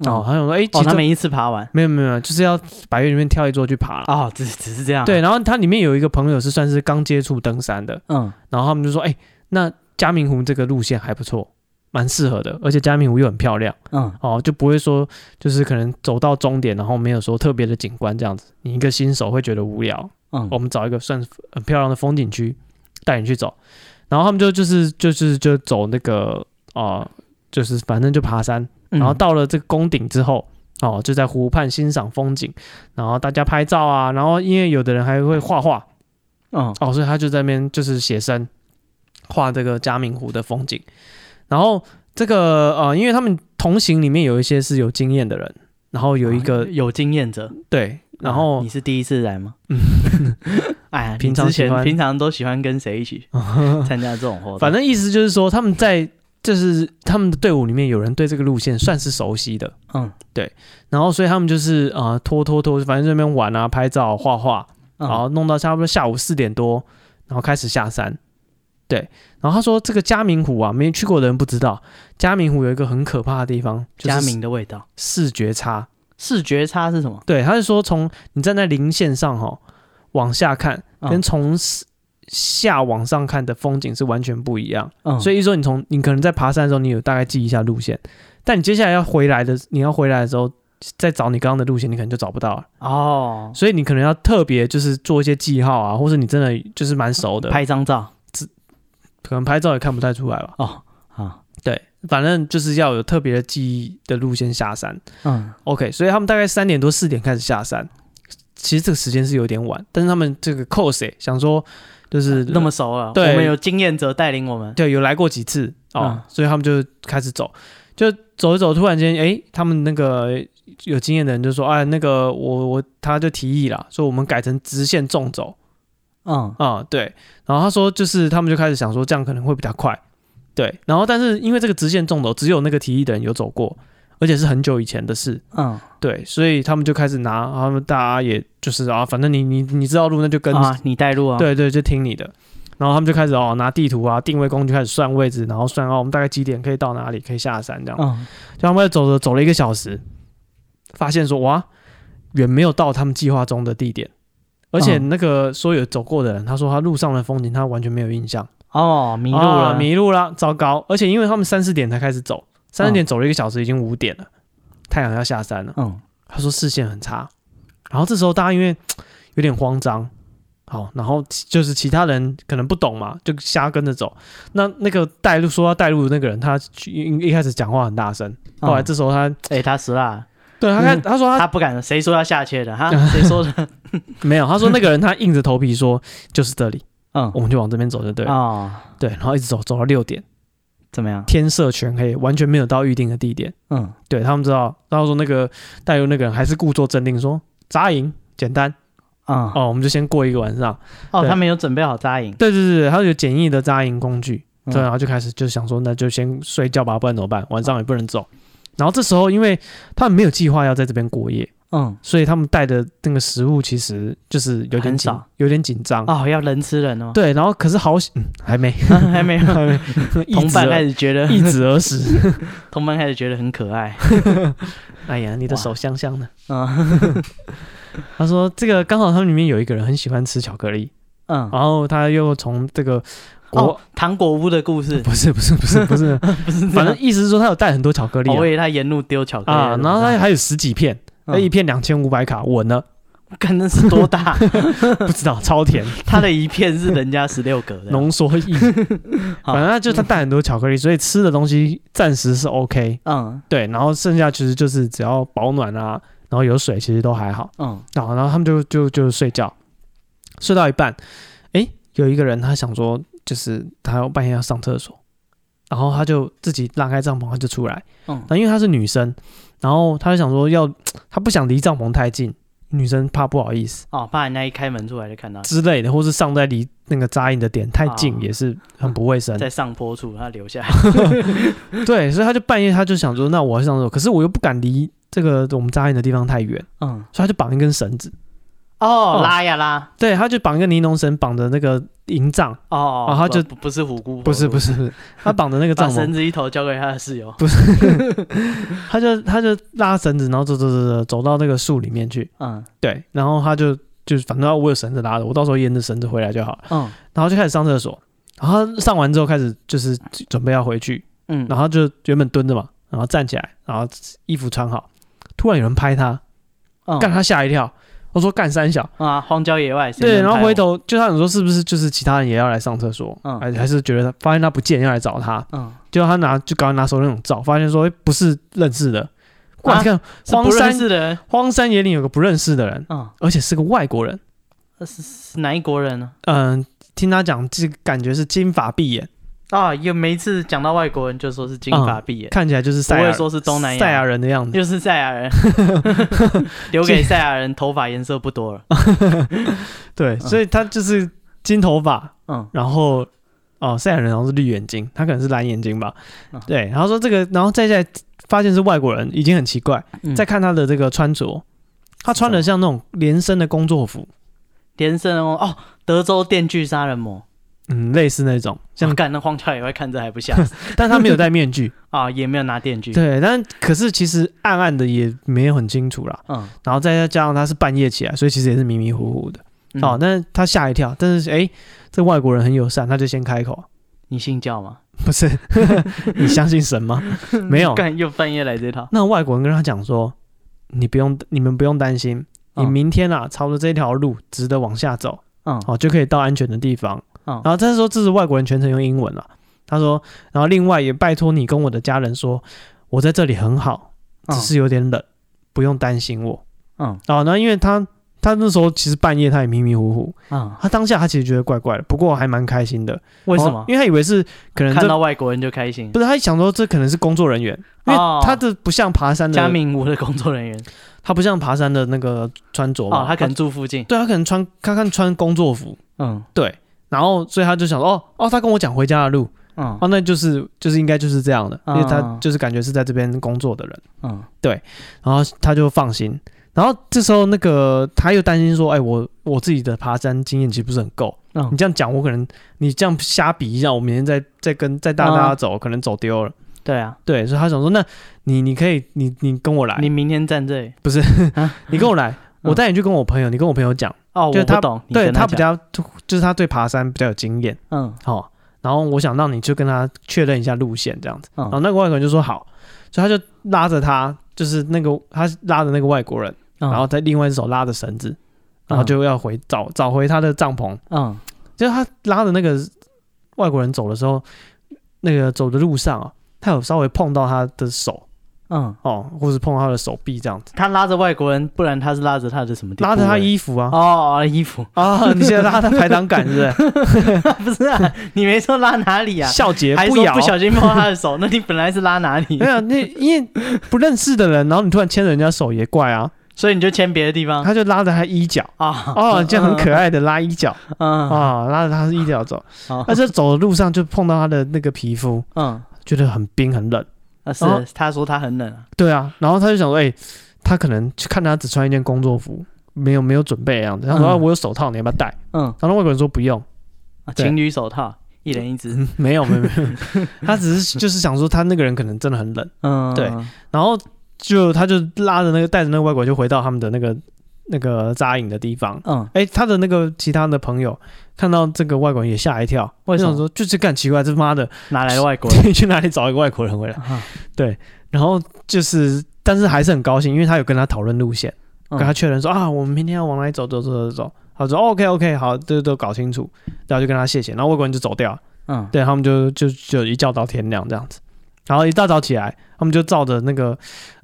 哦，他想说，哎，其
哦，他
中
每一次爬完
没有没有没有，就是要百越里面挑一座去爬啦。
哦，只只是这样。
对，，然后他里面有一个朋友是算是刚接触登山的，
嗯
然后他们就说，哎、那嘉明湖这个路线还不错，蛮适合的，而且嘉明湖又很漂亮
嗯
哦，就不会说就是可能走到终点，然后没有说特别的景观这样子，你一个新手会觉得无聊。我
嗯，
们找一个算很漂亮的风景区带你去走，然后他们就就是就是就走那个啊、呃就是反正就爬山，
嗯
然后到了这个宫顶之后，哦，就在湖畔欣赏风景，然后大家拍照啊，然后因为有的人还会画画，
嗯
哦，所以他就在那边就是写生，画这个嘉明湖的风景。然后这个呃，因为他们同行里面有一些是有经验的人，然后有一个、
哦有经验者，
对，然后
你是第一次来吗？ 哎呀，你
平常
之
喜
前
欢
啊平常都喜欢跟谁一 起参加这种活动？
反正意思就是说他们在。就是他们的队伍里面有人对这个路线算是熟悉的，
嗯
然后所以他们就是啊、呃拖拖拖，反正在那边玩啊、拍照、画画，
嗯
然后弄到差不多下午四点多，然后开始下山。对，然后他说这个嘉明湖啊，没去过的人不知道，嘉明湖有一个很可怕的地方，就是
嘉明的味道，
视觉差。
视觉差是什么？
对，他是说从你站在零线上哈、往下看，跟
嗯
从下往上看的风景是完全不一样。
嗯，
所以说你从你可能在爬山的时候，你有大概记一下路线，但你接下来要回来的，你要回来的时候。再找你刚刚的路线，你可能就找不到了，
哦，
所以你可能要特别就是做一些记号啊，或者你真的就是蛮熟的，
拍张照
可能拍照也看不太出来吧。
哦啊
对，反正就是要有特别的记忆的路线下山。
嗯
OK，所以他们大概三点多四点开始下山，其实这个时间是有点晚，但是他们这个 cos 欸想说就是
那么熟了，
对
我们有经验者带领我们，
对有来过几次哦，
嗯
所以他们就开始走，就走一走，突然间哎、诶他们那个有经验的人就说，哎，那个我我他就提议啦，说我们改成直线纵走
嗯
啊、对，然后他说就是他们就开始想说这样可能会比较快，对，然后但是因为这个直线纵走只有那个提议的人有走过，而且是很久以前的事，
嗯，
对，所以他们就开始拿，然后他们大家也就是啊，反正你你你知道路，那就跟，
啊你带路啊，
对对，就听你的。然后他们就开始哦，拿地图啊、定位工具开始算位置，然后算哦，我们大概几点可以到哪里，可以下山这样。
嗯
就他们走着走了一个小时，发现说哇，远没有到他们计划中的地点，而且
嗯
那个说有走过的人，他说他路上的风景他完全没有印象，
哦迷路
啊
了，
迷路了，糟糕！而且因为他们三四点才开始走，三四
嗯
点走了一个小时，已经五点了，太阳要下山了。
嗯
他说视线很差，然后这时候大家因为有点慌张，好，然后其就是其他人可能不懂嘛，就瞎跟着走。那那个带路说要带路的那个人，他去一一开始讲话很大声，后来这时候他、
哎他死
嗯
啦，
对他看
嗯
他说他
他不敢，谁说要下切的 哈？谁说的？
没有，他说那个人他硬着头皮说就是这里，
嗯
我们就往这边走就对了，
哦，
对，然后一直走走到六点，
怎么样？
天色全黑，完全没有到预定的地点。
嗯
对他们知道，然后说那个带路那个人还是故作镇定说扎营简单
嗯
哦，我们就先过一个晚上。
哦，
对
他们有准备好扎营，
对对对对，他有简易的扎营工具，
嗯
对，然后就开始就想说，那就先睡觉吧，不然怎么办？晚上也不能走。然后这时候，因为他们没有计划要在这边过夜，
嗯
所以他们带的那个食物其实就是有点
很
紧
少，
有点紧张。
哦，要人吃人哦，
对，然后可是好， 嗯，还没，
还没有。
还没， 一
同
直
伴开
而
始觉得，
一直而食。
同伴开始觉得很可爱，
哎呀，你的
哇
手香香的。
嗯
他说这个刚好他们里面有一个人很喜欢吃巧克力，
嗯，
然后他又从这个国、
哦，糖果屋的故事
不是不是不是不 是，
不是这样，
反正意思是说他有带很多巧克力、
哦
啊
我以为他沿路丢巧克力
啊，然后他
嗯
还有十几片，那、一
哎，
片两千五百卡，稳了，
看那是多大，
不知道超甜，
他的一片是人家十六格 的，
浓缩液。
好
反正他就他带很多巧克力，所以吃的东西暂时是 OK。
嗯
对，然后剩下其实就是只要保暖啊，然后有水，其实都还好。
嗯
然后然后他们就就就睡觉，睡到一半，哎，有一个人他想说，就是他要半夜要上厕所，然后他就自己拉开帐篷，他就出来。
嗯
那因为她是女生，然后他就想说要，他不想离帐篷太近，女生怕不好意思
哦，怕人家一开门出来就看到
之类的，或是上在离那个扎营的点太近
啊
也是很不卫生。
在上坡处，他留下来。
对，所以他就半夜他就想说，那我要上厕所，可是我又不敢离这个我们扎营的地方太远，
嗯，
所以他就绑一根绳子，
哦
哦，
拉呀拉，
对，他就绑一个尼龙绳绑着那个营帐，
哦，
哦他
不
就
不不是虎姑，
不是不是，不是 他绑着那个
把
帐篷
绳，子一头交给他的室友。
他就他就拉绳子，然后走走走走走到那个树里面去，
嗯
对，然后他就就反正我有绳子拉着，我到时候沿着绳子回来就好了，
嗯
然后就开始上厕所，然后他上完之后开始就是准备要回去，
嗯，
然后就原本蹲着嘛，然后站起来，然后衣服穿好，突然有人拍他，
后
干他吓一跳，我说干三小，
哦啊，荒郊野外。谁
对，
能
然后
拍哦
回
我，
头就他想说是不是就是其他人也要来上厕所，
嗯
还还是觉得他发现他不见要来找他，
嗯，
结果他拿就赶快拿手电筒照，发现说、诶不是认识的，哇，
啊
你看
是不
荒山
认识的人，
荒山野岭有个不认识的人，
嗯，
而且是个外国人，
是是哪一国人呢？
嗯、听他讲这个感觉是金发碧眼，
啊，有每一次讲到外国人就说是金发碧眼，
看起来就是
不
塞
会
尔
说是东南亚
塞亚人的样子，
又是赛亚 人， 留给赛亚人头发颜色不多了。
对，所以他就是金头发，
嗯
然后哦，赛亚人好像是绿眼睛，他可能是蓝眼睛吧
嗯。
对，然后说这个，然后再再发现是外国人，已经很奇怪。
嗯，
再看他的这个穿着，他穿的像那种连身的工作服，
连胜哦，哦，德州电锯杀人魔，
嗯，类似那种，
想
像，
干那荒郊野外看着还不吓 死
但他没有戴面 具。
啊，也没有拿电锯。
对，但可是其实暗暗的也没有很清楚啦。
嗯，
然后再加上他是半夜起来，所以其实也是迷迷糊糊的。
嗯
哦，，但是他吓一跳，但是哎，这外国人很友善，他就先开口，
你信教吗？
不是？ 你相信神 吗？没有，
干又半夜来这套。
那外国人跟他讲说：“你不用，你们不用担心，你
嗯
明天啊，朝着这条路直的往下走，
嗯
哦，就可以到安全的地方。”
嗯
然后这时候这是外国人全程用英文了，他说：“然后另外也拜托你跟我的家人说，我在这里很好，
嗯
只是有点冷，不用担心我。
嗯”
哦，那因为他他那时候其实半夜他也迷迷糊糊，
嗯，
他当下他其实觉得怪怪的，不过还蛮开心的。
为什
哦
么？
啊因为他以为是可能
看
这
到外国人就开心
不？是他想说这可能是工作人员，因为
哦
他这不像爬山的
加明湖的工作人员
他不像爬山的那个穿着嘛，
哦，他可能住附近。
对他可能穿他看穿工作服，
嗯
对，然后所以他就想哦哦，他跟我讲回家的路
嗯
哦，那就是就是应该就是这样的，因为他
嗯
就是感觉是在这边工作的人，
嗯
然后他就放心。然后这时候那个他又担心说，哎，我我自己的爬山经验其实不是很够，你
嗯，
这样讲我可能你这样瞎比一下，我明天再再跟再带
哦
大家走，可能走丢了。
对啊，
对，所以他想说，那你你可以你你跟我来，
你嗯明天站这里。
你跟我来，我带你去跟我朋友，你跟我朋友讲。
哦，
就
我
是他
不懂，你
对
跟他
他比
讲
较，就是他对爬山比较有经验，
嗯
哦。然后我想让你去跟他确认一下路线这样子，然后
嗯
那个外国人就说好，所以他就拉着他，就是那个他拉着那个外国人，
嗯，
然后在另外一只手拉着绳子，然后就要回找找回他的帐篷。
嗯
就是他拉着那个外国人走的时候，那个走的路上啊，他有稍微碰到他的手
嗯，
哦，或是碰到他的手臂这样子，
他拉着外国人，不然他是拉着他的什么地？
拉着他
部位
衣服啊
哦，哦衣服
啊！你现在拉他排挡杆是不是？
不是啊，你没说拉哪里啊？
笑杰
还
不
说
摇
不，小心摸他 的手，那你本来是拉哪里
没？有，那因为不认识的人，然后你突然牵着人家手也怪啊，
所以你就牵别的地方
他就拉着他衣角，
啊？
哦，这样很可爱的拉衣角
嗯
啊，拉着他的衣角走，
好
那这走的路上就碰到他的那个皮肤，
嗯，
觉得很冰很冷，
啊是
哦，
他说他很冷啊，
对啊，然后他就想说，哎，他可能去看他只穿一件工作服，没有没有准备的样子，他说
嗯
啊我有手套，你要不要戴？
嗯，
然后外国人说不用，
啊
对嗯
情侣手套，一人一只，
没有没有没有， 他只是就是想说他那个人可能真的很冷，
嗯，
对然后就他就拉着那个带着那个外国人就回到他们的那个那个扎营的地方，
嗯，
哎、他的那个其他的朋友看到这个外国人也吓一跳，
为什么
就想说就是干奇怪，这妈的
哪来的 外国人？
去哪里找一个外国人回来？
啊
然后就是，但是还是很高兴，因为他有跟他讨论路线，
嗯
跟他确认说啊，我们明天要往哪里走走走走走。他说 OK OK 好，这都搞清楚，然后就跟他谢谢，然后外国人就走掉了，
嗯，
对他们就就就一觉到天亮这样子。然后一大早起来，他们就照着那个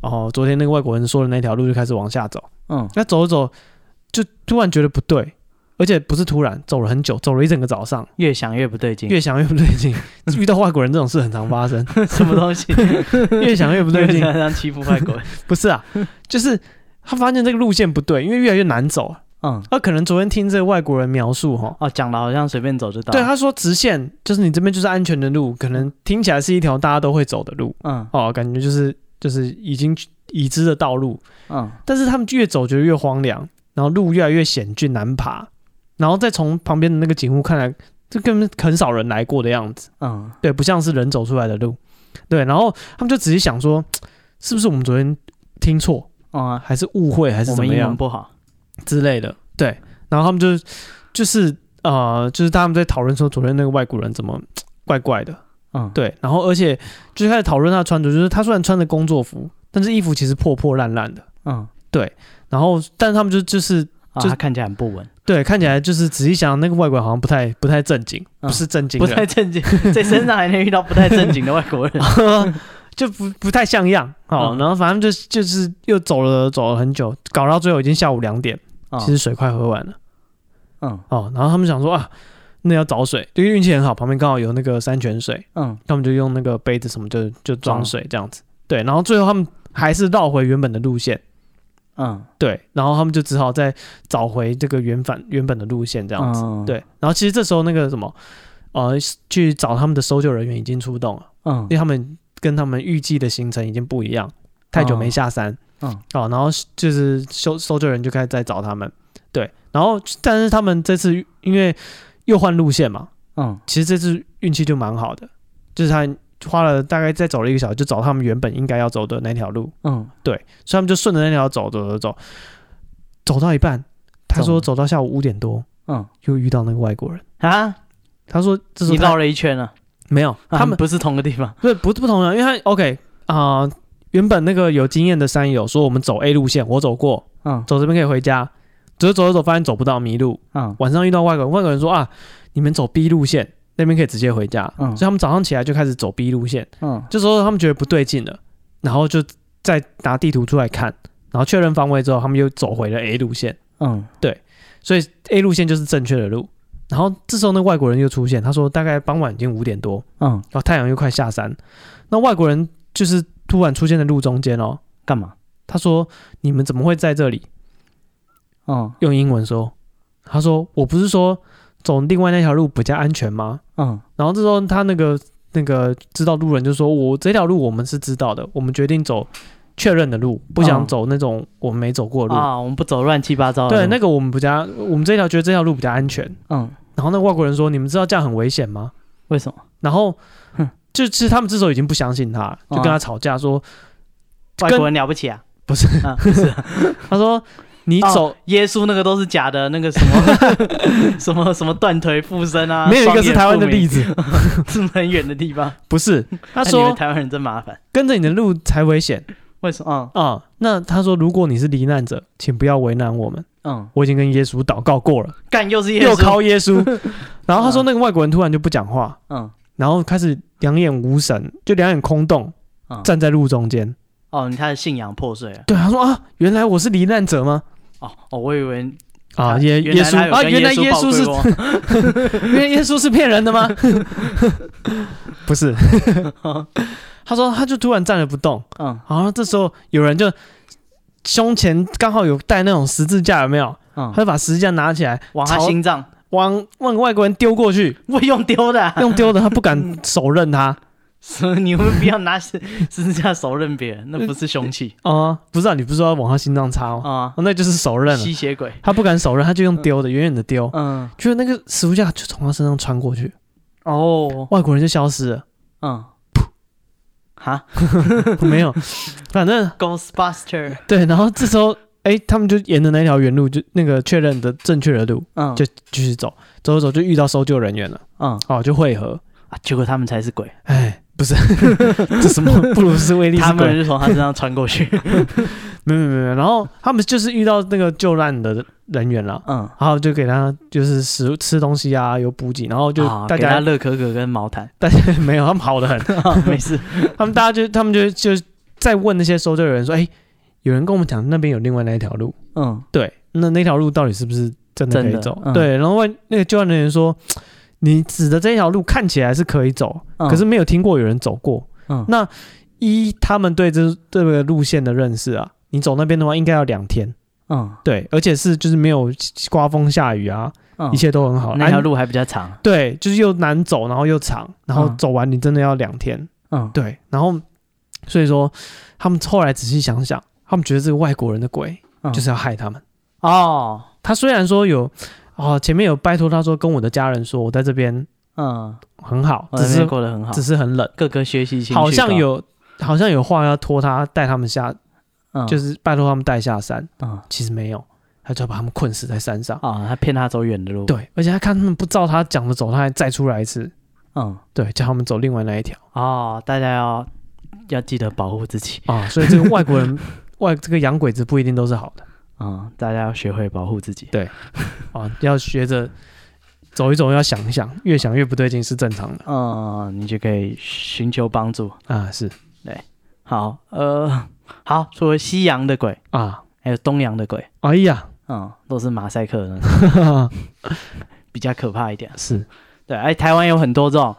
哦，昨天那个外国人说的那条路就开始往下走。
嗯
那走着走，就突然觉得不对，而且不是突然，走了很久，走了一整个早上，
越想越不对劲，
越想越不对劲。遇到外国人这种事很常发生，
什么东西
越想 越不对 劲。
让欺负外国 人。
不是啊，就是他发现这个路线不对，因为越来越难走。
嗯，
他、可能昨天听这个外国人描述哈，
哦，讲的好像随便走就到。
对，他说直线就是你这边就是安全的路，可能听起来是一条大家都会走的路
嗯
哦，感觉就是就是已经已知的道路，
嗯，
但是他们越走觉得越荒凉，然后路越来越险峻难爬，然后再从旁边的那个景物看来，这根本很少人来过的样子，
嗯，
对，不像是人走出来的路，对，然后他们就仔细想说，是不是我们昨天听错，
哦、啊，
还是误会，还是
我
怎
们
么
英
样
文？不好，
之类的。对，然后他们就就是呃，就是他们在讨论说昨天那个外国人怎么怪怪的。
嗯，
对，然后而且就开始讨论他的穿着，就是他虽然穿着工作服，但是衣服其实破破烂烂的。
嗯，
然后，但是他们就就是
啊，
就
他看起来很不稳，
对，看起来就是仔细想想，那个外国人好像不太不太正经，
嗯
不是正经
不
人，
太正经， 在身上还能遇到不太正经的外国人。
就不不太像样哦。
嗯
然后反正就就是又走了走了很久，搞到最后已经下午两点，
嗯
其实水快喝完了。
嗯
哦，然后他们想说啊，那要找水，因为运气很好，旁边刚好有那个山泉水，
嗯
他们就用那个杯子什么就就装水这样子。对，然后最后他们还是绕回原本的路线，
嗯，
对，然后他们就只好再找回这个原返原本的路线这
这
样子。
子，
对，然后其实这时候那个什么，呃，去找他们的搜救人员已经出动了，
嗯
因为他们跟他们预计的行程已经不一样，太久没下山。
嗯
哦，然后就是搜搜救人就开始在找他们，对，然后但是他们这次因为又换路线嘛，
嗯
其实这次运气就蛮好的，就是他花了大概再走了一个小时，就找他们原本应该要走的那条路，
嗯，
对，所以他们就顺着那条走走走走，走到一半，他说
走
走到下午五点多，
嗯
又遇到那个外国人，
啊，
他说这时
你
候
绕
他
了一圈了，
没有，
啊
他们
不是同个地方。
不是不不同的，因为他 OK 啊、原本那个有经验的山友说我们走 A 路线，我走过，
嗯
走这边可以回家。走着走着走，发现走不到，迷路。
嗯
晚上遇到外国人，外国人说啊，你们走 B 路线，那边可以直接回家。
嗯
所以他们早上起来就开始走 B 路线，
嗯
这时候他们觉得不对劲了，然后就再拿地图出来看，然后确认方位之后，他们又走回了 A 路线，
嗯
所以 A 路线就是正确的路。然后这时候那外国人又出现，他说大概傍晚已经五点多，
嗯，
然后太阳又快下山，那外国人就是突然出现在路中间哦，
干嘛？
他说你们怎么会在这里？
嗯
用英文说，他说：“我不是说走另外那条路比较安全吗
嗯？”
然后这时候他那个那个知道路人就说：“我这条路我们是知道的，我们决定走确认的路，不想
嗯
走那种我们没走过的路。
啊，我们不走乱七八糟的
对，
路。
那个我们比较，我们这条觉得这条路比较安全。
嗯，
然后那外国人说：“你们知道这样很危险吗
为什么？？”
然后
哼，哦
就其实他们这时候已经不相信他了，就跟他吵架说
外国人了不起啊？：“
不是，
啊，不是啊。：“
他说你走、
哦耶稣那个都是假的，那个什么 什么什么断腿附身啊，
没有一个是台湾的例
子，
子，
是很远的地方。
不 是。”他
哎你们
说
台湾人真麻烦，：“
跟着你的路才危险。”
为什么？
啊、那他说，如果你是罹难者，请不要为难我们。
嗯
我已经跟耶稣祷告过了，
嗯，干又是耶稣，
又靠耶 稣。然后他说，那个外国人突然就不讲话，
嗯
然后开始两眼无神，就两眼空洞，
嗯，
站在路中间。
哦，他的信仰破碎了。
对，他说啊，原来我是罹难者吗？
哦哦，我以为
啊，
他
耶
原来
耶稣
他有
啊，
跟
原来
耶
耶稣
抱
是
过
原来耶稣是骗人的 吗？不是， 他说他就突然站了不动，
嗯
然后这时候有人就胸前刚好有带那种十字架，有没有？他
嗯，
就把十字架拿起来，
往他
朝
心脏，
往往外国人丢过去，
我用丢的啊，
用丢的他不敢手刃他
是你们不要拿十十字架手刃别人，那不是凶器
啊、不知道你不知道往他心脏插吗？
哦啊，
哦那就是手刃了，
吸血鬼。
他不敢手刃，他就用丢的，远远的丢，
嗯
就是那个十字架就从他身上穿过去，
哦
外国人就消失了，
嗯，哈
没有，反正
，Ghostbuster，
对，然后这时候哎，他们就沿着那条原路，就那个确认的正确的路，
嗯，
就继续走，走着走就遇到搜救人员了，
嗯
哦，就汇合，
啊，结果他们才是鬼，
哎。不是， 这什么布鲁斯威利
他
斯鬼
们就从他身上穿 过去。
没有没有没有，然后他们就是遇到那个救难的人员了，
嗯，
然后就给他就是食吃东西啊，有补给，然后就
啊
大
给他
家、
乐可可跟毛 毯，啊
大家没有，他们好 的很，
没事。
他们大家就他们就就在问那些搜救人员说，哎，有人跟我们讲那边有另外那一条路，
嗯
对，那那条路到底是不是真的可以
真的
走。
嗯
对，然后外那个救援人员说，你指的这条路看起来是可以走，
嗯
可是没有听过有人走过。
嗯
那依他们对这这个路线的认识啊，你走那边的话应该要两天。
嗯
对，而且是就是没有刮风下雨啊，
嗯
一切都很好。
那条
安
路还比较长，
对，就是又难走，然后又长，然后
嗯
走完你真的要两天。
嗯，
对，然后所以说他们后来仔细想想，他们觉得这个外国人的鬼
嗯
就是要害他们。
哦，
他虽然说有哦，前面有拜托他说跟我的家人说我在这边
嗯，
很好，
我
只
那边
是
过得很好
只，是很冷，
各个学习情绪
好像
高，
有好像有话要托他带他们下，
嗯
就是拜托他们带下山，
嗯
其实没有，他就要把他们困死在山上。
哦，他骗他走远的路，，
对，而且他看他们不照他讲的走，他还再出来一次，
嗯，
对，叫他们走另外那一条
哦，大家要要记得保护自己，
啊。所以这个外国 人外这个洋鬼子不一定都是好的
嗯，大家要学会保护自己，
啊，要学着走一走，要想一想，越想越不对劲是正常的
嗯，你就可以寻求帮助。
啊，是
好，呃，好，除了西洋的鬼，
啊，
还有东洋的鬼，
哎呀，
嗯，都是马赛克的那种， 比较可怕一点。
是
对，哎，台湾有很多这种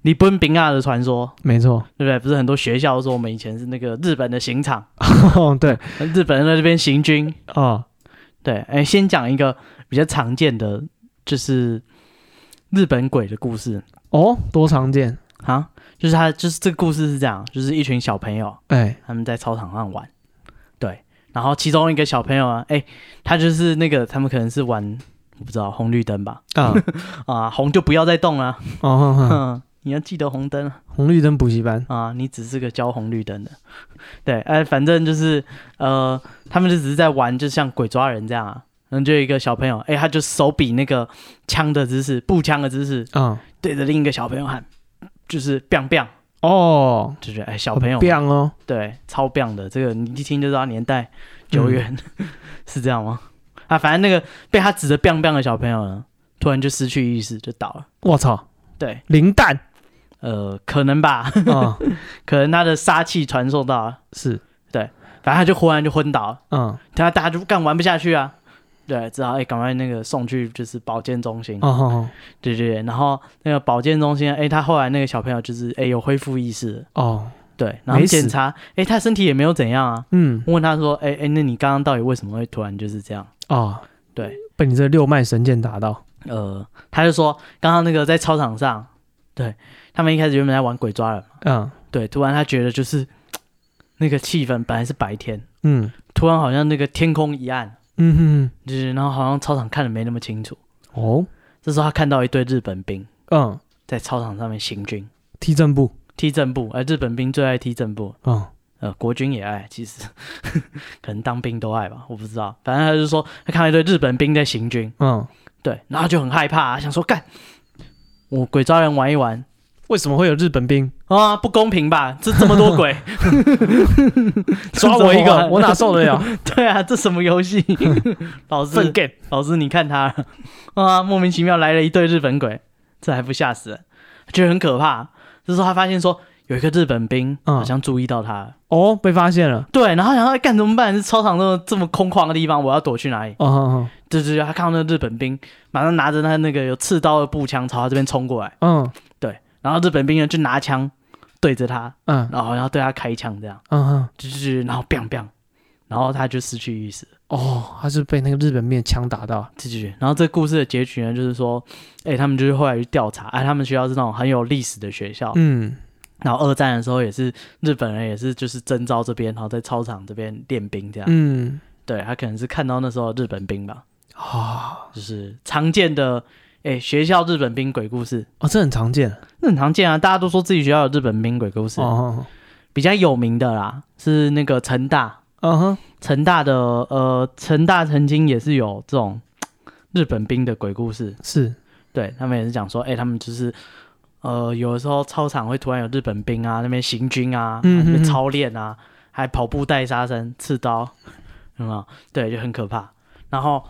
李奔平啊的传说，
没错，
对不对？不是很多学校说我们以前是那个日本的刑场，
对
日本人在这边行军。
啊，
对，哎，先讲一个比较常见的，就是日本鬼的故事
哦，多常见，
啊，就是他就是这个故事是这样，就是一群小朋友，
哎
他们在操场上玩，对，然后其中一个小朋友啊，哎，他就是那个他们可能是玩我不知道红绿灯吧，
啊，
啊，红就不要再动了，
哦，哼哼
哼， 你要记得红灯啊
红绿灯补习班，
啊，你只是个教红绿灯的， 对，哎，反正就是呃，他们就只是在玩，就像鬼抓人这样啊。然后就有一个小朋友，哎，他就手比那个枪的姿势，步枪的姿势，
啊，
对着另一个小朋友喊，就是“ biang biang”，
哦，
就是哎，小朋友嘛
棒哦，
对，超棒的，这个你一听就知道年代久远， 是这样吗？啊，反正那个被他指着 biang biang 的小朋友呢，突然就失去意识就倒了。
我操，
对，
零蛋
呃，可能吧，
啊，
可能他的杀气传送到了，
是，
反正他就忽然就昏倒了，
嗯，
他大家就干玩不下去啊，对，只好哎赶快那个送去就是保健中心，
哦哦
对对对，然后那个保健中心哎他后来那个小朋友就是哎有恢复意识了，
哦，
对，然后
没死
检查哎他身体也没有怎样啊，
嗯，
问他说哎哎那你刚刚到底为什么会突然就是这样？
哦，
对，
被你这六脉神剑打到，
呃，他就说刚刚那个在操场上，对他们一开始原本在玩鬼抓人嘛，
嗯
对，突然他觉得就是那个气氛本来是白天，
嗯
突然好像那个天空一暗，
嗯哼
就是然后好像操场看的没那么清楚。
哼，哦，
这时候他看到一队日本兵
嗯，
在操场上面行军，
踢正步，
踢正步，而日本兵最爱踢正步，
嗯
呃，国军也爱，其实 可能当兵都爱吧，我不知道。反正他就说他看到一队日本兵在行军，
嗯，
对，然后就很害怕、想说干，我鬼抓人玩一玩，
为什么会有日本 兵？
啊，不公平吧？这这么多鬼，
抓我一个，我哪受得
了？
了？
对啊，这什么游戏？ 老
粪
师，
game，
老师，你看他啊，莫名其妙来了一对日本鬼，这还不吓死人？觉得很可怕。这时候他发现说，有一个日本兵
嗯
好像注意到他了，
哦，被发现了，
对，然后想要干怎么办？这操场这么这么空旷的地方，我要躲去哪里？
哦哦
对对对，他看到那个日本兵，马上拿着他那个有刺刀的步枪朝他这边冲过来，
哦，
然后日本兵呢就拿枪对着他，
嗯嗯
然后然后对他开枪这样。
嗯嗯，
就是然后 biang biang，然后他就失去意识，
哦，他是被那个日本面枪打到，
就是 然后这故事的结局呢，就是说，哎、他们就是后来去调查，哎、他们学校是那种很有历史的学校，
嗯
然后二战的时候也是日本人也是就是征召这边，然后在操场这边练兵这样，
嗯，
对他可能是看到那时候的日本兵吧，
啊。
就是常见的，哎、学校日本兵鬼故事，
哦，这很常见
那很常见啊，大家都说自己学校有日本兵鬼故事，
哦，
比较有名的啦是那个成大，
嗯哼，
成大的呃，成大曾经也是有这种日本兵的鬼故事，
是，
对他们也是讲说，哎、他们就是呃，有的时候操场会突然有日本兵啊，那边行军啊，
嗯
那
嗯
边
嗯
操练啊，还跑步带杀生、刺刀，有没有？对，就很可怕。然后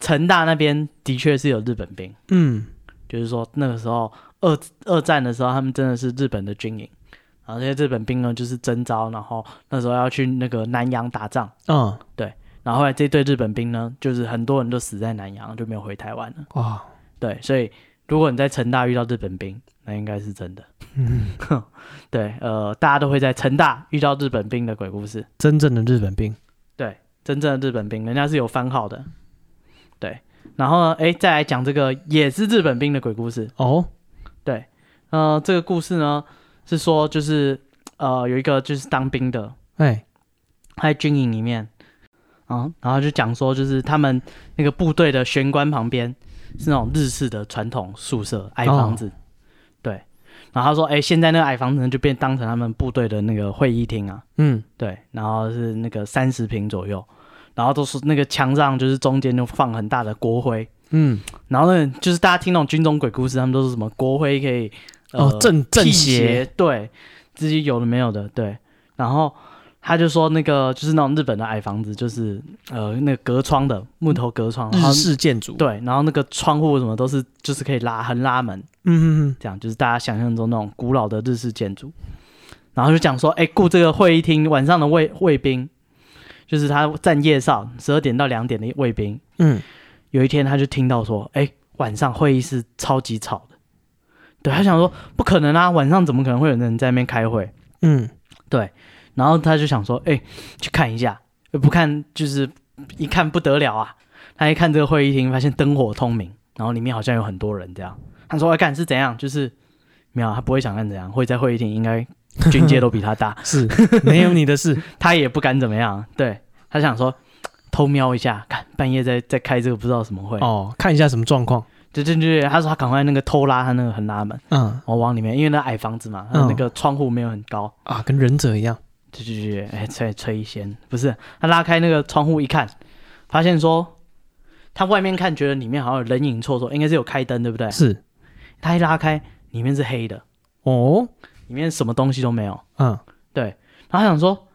成大那边的确是有日本兵，
嗯，
就是说那个时候二二战的时候，他们真的是日本的军营。然后这些日本兵呢，就是征召，然后那时候要去那个南洋打仗，
嗯，
然然后后来这对日本兵呢，就是很多人都死在南洋，就没有回台湾了。
哇，
对，所以如果你在成大遇到日本兵，那应该是真的。
嗯，
对，呃，大家都会在成大遇到日本兵的鬼故事。
真正的日本兵，
真正的日本兵，人家是有番号的。对，然后呢，哎，再来讲这个也是日本兵的鬼故事。
哦，
呃，这个故事呢是说，就是呃有一个就是当兵的，
哎，
他在军营里面，啊，然后就讲说，就是他们那个部队的玄关旁边是那种日式的传统宿舍矮房子，对。然后他说，哎，现在那个矮房子呢就变当成他们部队的那个会议厅啊，
嗯，
对，然后是那个三十平左右，然后都是那个墙上就是中间就放很大的国徽，
嗯，
然后呢就是大家听那种军中鬼故事，他们都是什么国徽可以呃
哦，正正
辟
邪，
对，自己有的没有的，对。然后他就说那个就是那种日本的矮房子，就是呃那个隔窗的木头隔窗，然后
日式建筑，，
对，然后那个窗户什么都是就是可以拉横拉门，
嗯嗯
这样就是大家想象中那种古老的日式建筑。然后就讲说，哎，雇这个会议厅晚上的卫卫兵，就是他站夜哨，十二点到两点的卫兵。
嗯，
有一天他就听到说，哎，晚上会议室超级吵的。对他想说，不可能啊，晚上怎么可能会有人在那边开会？
嗯
然后他就想说，哎、去看一下，呃不看就是一看不得了啊！他一看这个会议厅，发现灯火通明，然后里面好像有很多人这样。他说：“哎、干是怎样？就是没有，他不会想看怎样，会在会议厅应该军界都比他大，
嗯， 是没有你的事，
他也不敢怎么样。对他想说，偷瞄一下，看半夜在在开这个不知道什么会。
哦，看一下什么状况，
对对对，他说他赶快那个偷拉他那个横拉门，
嗯
我往里面，因为那矮房子嘛，他那个窗户没有很高，
啊，跟忍者一样，
对对对，哎，吹吹一仙，不是他拉开那个窗户一看，发现说他外面看觉得里面好像有人影绰绰，应该是有开灯对不对？
是，
他一拉开，里面是黑的，
哦，
里面什么东西都没有。
嗯
然后他想说，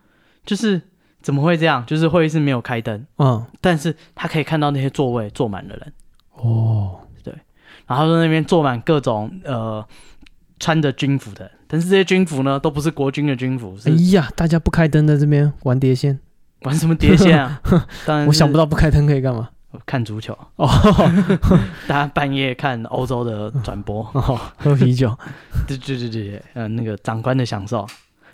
就是怎么会这样？就是会议室没有开灯，
嗯，
但是他可以看到那些座位坐满了人，
哦，
然后他说那边坐满各种呃穿着军服的人，但是这些军服呢都不是国军的军服，
哎
是
呀，大家不开灯在这边玩碟仙，
玩什么碟仙啊？当然
我想不
到
到不开灯可以干嘛，
看足球。
哦，，
大家半夜看欧洲的转播
哦喝啤酒，
对对对对，对呃，那个长官的享受。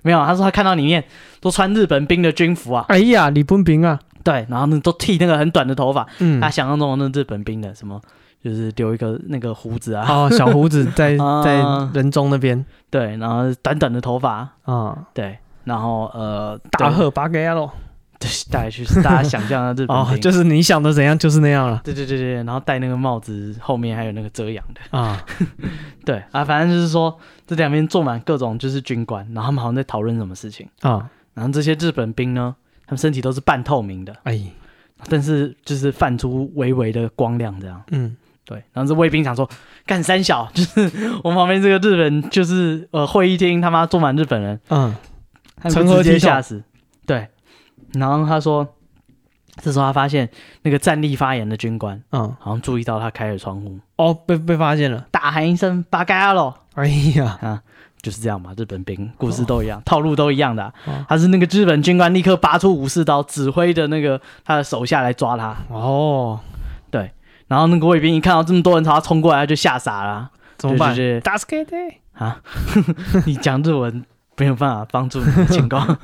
没有，他说他看到里面都穿日本兵的军服啊，
哎呀，李奔平啊，
对，然后呢都剃那个很短的头发，
嗯
他，想象中的那日本兵的什么，就是留一个那个胡子啊，
哦，小胡子在
啊
在人中那边
对，然后短短的头发，
啊，
对，然后呃，
大贺八给亚喽，
对，对，大概就是大家想象的日本
哦
兵，，
就是你想的怎样就是那样了
对对对对，然后戴那个帽子，后面还有那个遮阳的。
啊，
对啊，反正就是说这两边坐满各种就是军官，然后他们好像在讨论什么事情。
啊，
然后这些日本兵呢，他们身体都是半透明的，
哎，
但是就是泛出微微的光亮这样。
嗯，
对，然后这卫兵想说，干三小，就是我们旁边这个日本就是呃会议厅他妈坐满日本人，
嗯，
他们
成何
直接
体统
吓死。对，然后他说，这时候他发现那个站立发言的军官
嗯，
好像注意到他开了窗户，
哦，被被发现了，
大喊一声“巴嘎喽
哎呀，”，
就是这样嘛，日本兵故事都一样，套路都一样的啊、
哦
他是那个日本军官立刻拔出武士刀，指挥的那个他的手下来抓他。
哦，
然后那个卫兵一看到这么多人朝他冲过来，他就吓傻了啊
怎么办
对对对
打 s k y
啊！你讲日文没有办法帮助你的 情况。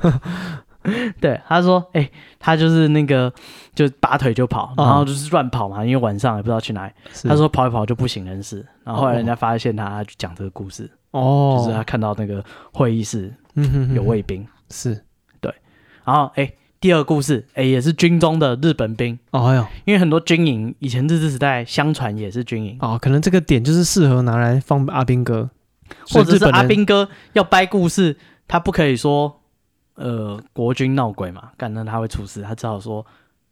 对，他说，哎、他就是那个就拔腿就跑，
嗯
然后就是乱跑嘛，因为晚上也不知道去哪里。
是
他，说跑一跑就不省人事，然后后来人家发现他，他就讲这个故事，
哦，
就是他看到那个会议室
嗯哼哼
有卫兵，
是，
然后哎、第二故事哎、也是军中的日本兵，
哦哟，
因为很多军营以前日治时代相传也是军营，
哦，可能这个点就是适合拿来放阿兵哥，所
或
以
者
日
是
本
阿
人
兵哥要掰故事，他不可以说呃国军闹鬼嘛，干那他会出事，他只好说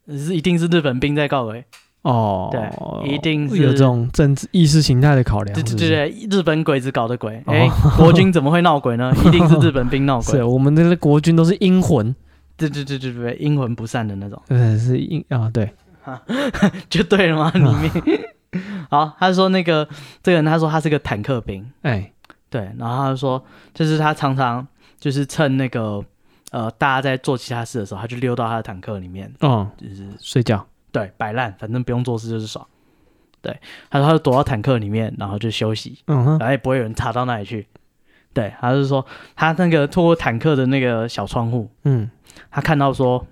是一定是日本兵在告鬼，
哦，
对一定是
有这种政治意识形态的考量，
对对
是不
对
是，
对，日本鬼子搞的鬼，
哦
哎、国军怎么会 闹鬼呢？一定是日本兵闹鬼
是，哦我们的国军都是阴魂，
对对对对对，阴魂不散的那种，
对，是阴啊，对，
就对了吗？里面 好，他说那个这个人他说他是个坦克兵，
哎，
对，然后他就说，就是他常常就是趁那个呃，大家在做其他事的时候，他就溜到他的坦克里面，
哦，
就是
睡觉，
对摆烂，反正不用做事就是爽。对，他说他就躲到坦克里面，然后就休息，
嗯哼，
然后也不会有人查到那里去。对，他是说他那个透过坦克的那个小窗户，
嗯
他看到说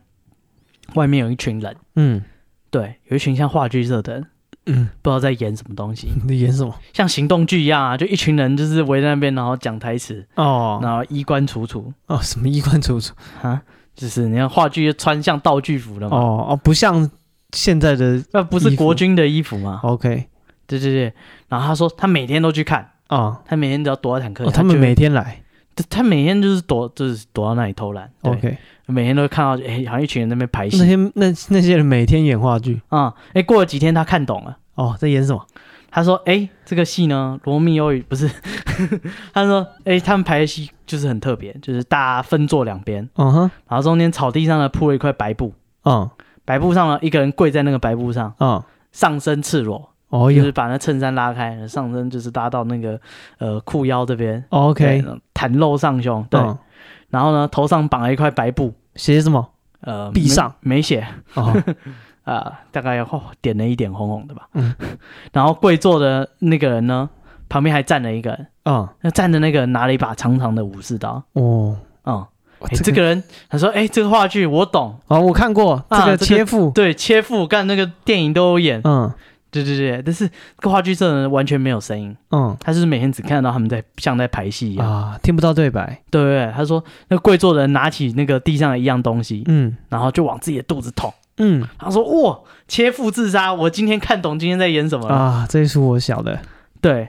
外面有一群人，
嗯，
对，有一群像话剧社的人，
嗯，
不知道在演什么东西，
你在演什么？
像行动剧一样啊，就一群人就是围在那边，然后讲台词，
哦
然后衣冠楚楚
哦，什么衣冠楚楚？
啊，就是你看话剧就穿像道具服的嘛，
哦哦，不像现在的
那、不
衣
是
服哦
国军的衣服嘛？
OK
对对对，然后他说他每天都去看，
啊，
他每天只要躲在坦克里，
哦他们
就会
每天来
他他每天就是躲就是躲到那里偷懒，对
哦 OK，
每天都会看到哎、好像一群人在那边排
那
戏
些那那些人每天演话剧，
啊，哎、过了几天他看懂了。
哦，在演什么？
他说：“哎、这个戏呢，《罗密欧与》不是， 他说，哎、他们排的戏就是很特别，就是大家分坐两边，
嗯哼，
然后中间草地上呢铺了一块白布，
嗯
白布上呢一个人跪在那个白布上，
嗯，
上身赤裸，
哦
就是
哟
把那衬衫拉开，上身就是拉到那个呃裤腰这边
哦，OK，
对袒露上胸，对，
嗯
然后呢头上绑了一块白布，
写什么？
呃，
壁
没
上
没血
哦，
啊、大概、哦、点了一点红红的吧，
嗯
然后跪坐的那个人呢，旁边还站了一个人，
嗯
那站的那个人拿了一把长长的武士刀，
哦，
嗯。
哇
哎、这个人，他说：“哎、这个话剧我懂，
哦，我看过这
啊
个
这个
切腹，
对，切腹干那个电影都有演，
嗯
对对对，但是这个话剧社的人完全没有声音，
嗯
他就是每天只看得到他们在像在排戏一样，
啊，听不到对白，
对对对，他说那跪坐的人拿起那个地上的一样东西，
嗯
然后就往自己的肚子捅，
嗯
他说哇，切腹自杀，我今天看懂今天在演什么了，
啊，这一出我晓得，
对，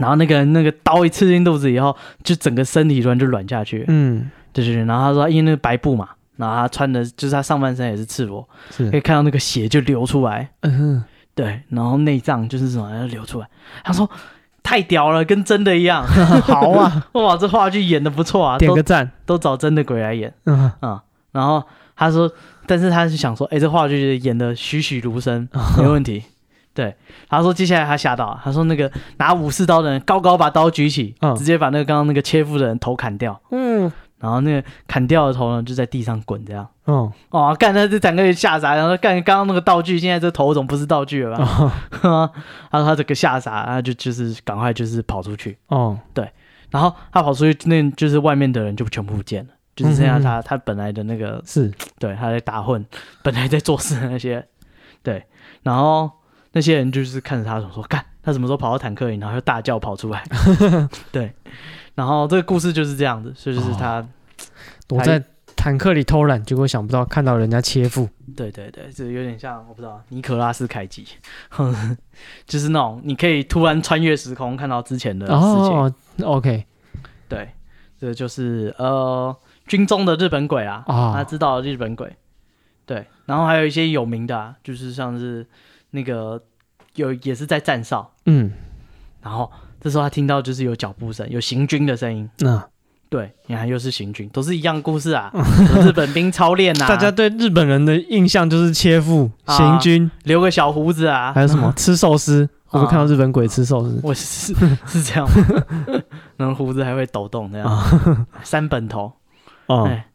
然后那个人那个刀一刺进肚子以后，就整个身体突然就软下去了，
嗯
对对对，然后他说因为那个白布嘛，然后他穿的就是他上半身也是赤裸，可
是，
以看到那个血就流出来。
嗯哼
对，然后内脏就是什么流出来。他说太屌了，跟真的一 样。
好啊，
哇，这话剧演的不错啊，
点
都
个赞，
都找真的鬼来演
嗯
啊、然后他说，但是他是想说，哎，这话剧演的栩栩如生，没问题。对，他说接下来他吓到，他说那个拿武士刀的人高高把刀举起，
嗯
直接把那个刚刚那个切腹的人头砍掉，
嗯
然后那个砍掉的头呢就在地上滚这样。
哦
哦，干，他这整个吓傻，然后干刚刚那个道具，现在这头总不是道具了吧？
哦
啊，然 后他整个吓傻，他就就是赶快就是跑出去，
哦，
然后他跑出去，那就是外面的人就全部不见了，就是剩下他，他本来的那个，
是，
对，他在打混，本来在做事的那些，对，然后那些人就是看着他想说，干，他什么时候跑到坦克里，然后就大叫跑出来，对，然后这个故事就是这样子，所以就是他，
我在坦克里偷懒，结果想不到看到人家切腹，
对对对，就是有点像我不知道尼可拉斯凯奇， 就是那种你可以突然穿越时空看到之前的事情。
哦，OK，
对，这就是呃军中的日本鬼啊，
啊
他知道日本鬼。对，然后还有一些有名的、啊，就是像是那个有也是在站哨，
嗯，
然后这时候他听到就是有脚步声，有行军的声音。
那
对，你看又是行军，都是一样故事 啊，有日本兵操练啊，
大家对日本人的印象就是切腹、
啊
行军，
留个小胡子啊
还，有什 么吃寿司，我都
啊
看到日本鬼吃寿司，
我是是这样吗， 然后胡子还会抖动那样， 三本头。
哦
哎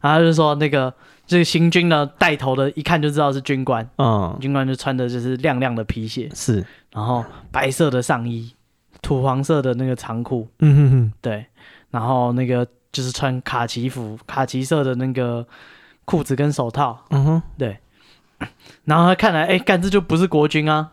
然后他就说那个这个行军呢，带头的一看就知道是军官，
哦，
军官就穿的就是亮亮的皮鞋，
是，
然后白色的上衣，土黄色的那个长裤，
嗯哼哼，
对，然后那个就是穿卡其服，卡其色的那个裤子跟手套，
嗯哼，
对。然后他看来，哎，干这就不是国军啊，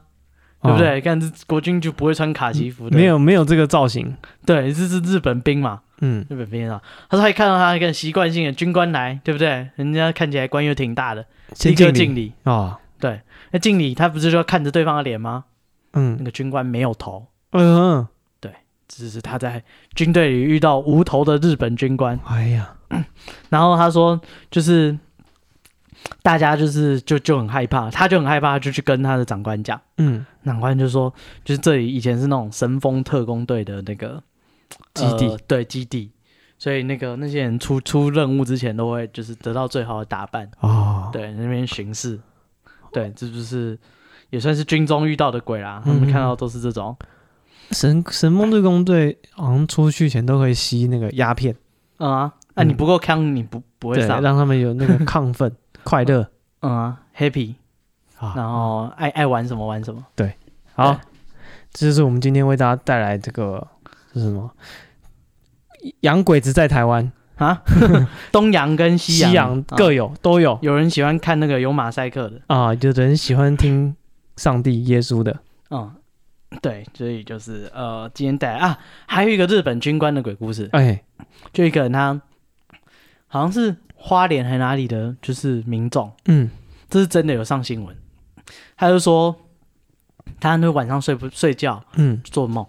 对不对？干这国军就不会穿卡其服
哦？
的，
没，有没有这个造型，
对，这是日本兵嘛，
嗯
日本兵啊。他说他一看到他一个习惯性的军官来，对不对？人家看起来官又挺大的，立
先
刻
敬
敬
礼
礼。
啊，
对，那敬礼他不是就要看着对方的脸吗？那
嗯
个军官没有头，
嗯，
只是他在军队里遇到无头的日本军官。
哎呀，
然后他说，就是大家就是就就很害怕，他就很害怕，就去跟他的长官讲。
嗯，
长官就说，就是这里以前是那种神风特工队的那个
基地
呃对基地，所以那个那些人出出任务之前都会就是得到最好的打扮，
哦，
对，那边巡视，对，这就是也算是军中遇到的鬼啦。他们
嗯
看到都是这种，
神神风特工队好像出去前都会吸那个鸦片，
嗯啊，啊，你
嗯
不够康，你不不会
对，
上，
让他们有那个亢 奋、快乐
嗯啊，happy，
啊。
然后爱爱玩什么玩什么，
好
对，
这就是我们今天为大家带来这个这是什么？洋鬼子在台湾、
啊，东洋跟西洋，
西洋
啊
各有、都有
有人喜欢看那个有马赛克的，
啊，有的人喜欢听上帝、耶稣的
嗯，对，所以就是呃，今天带来啊，还有一个日本军官的鬼故事，
哎
就一个人他好像是花莲还哪里的，就是民众，
嗯
这是真的有上新闻，他就说他那晚上睡不睡觉
嗯
做梦，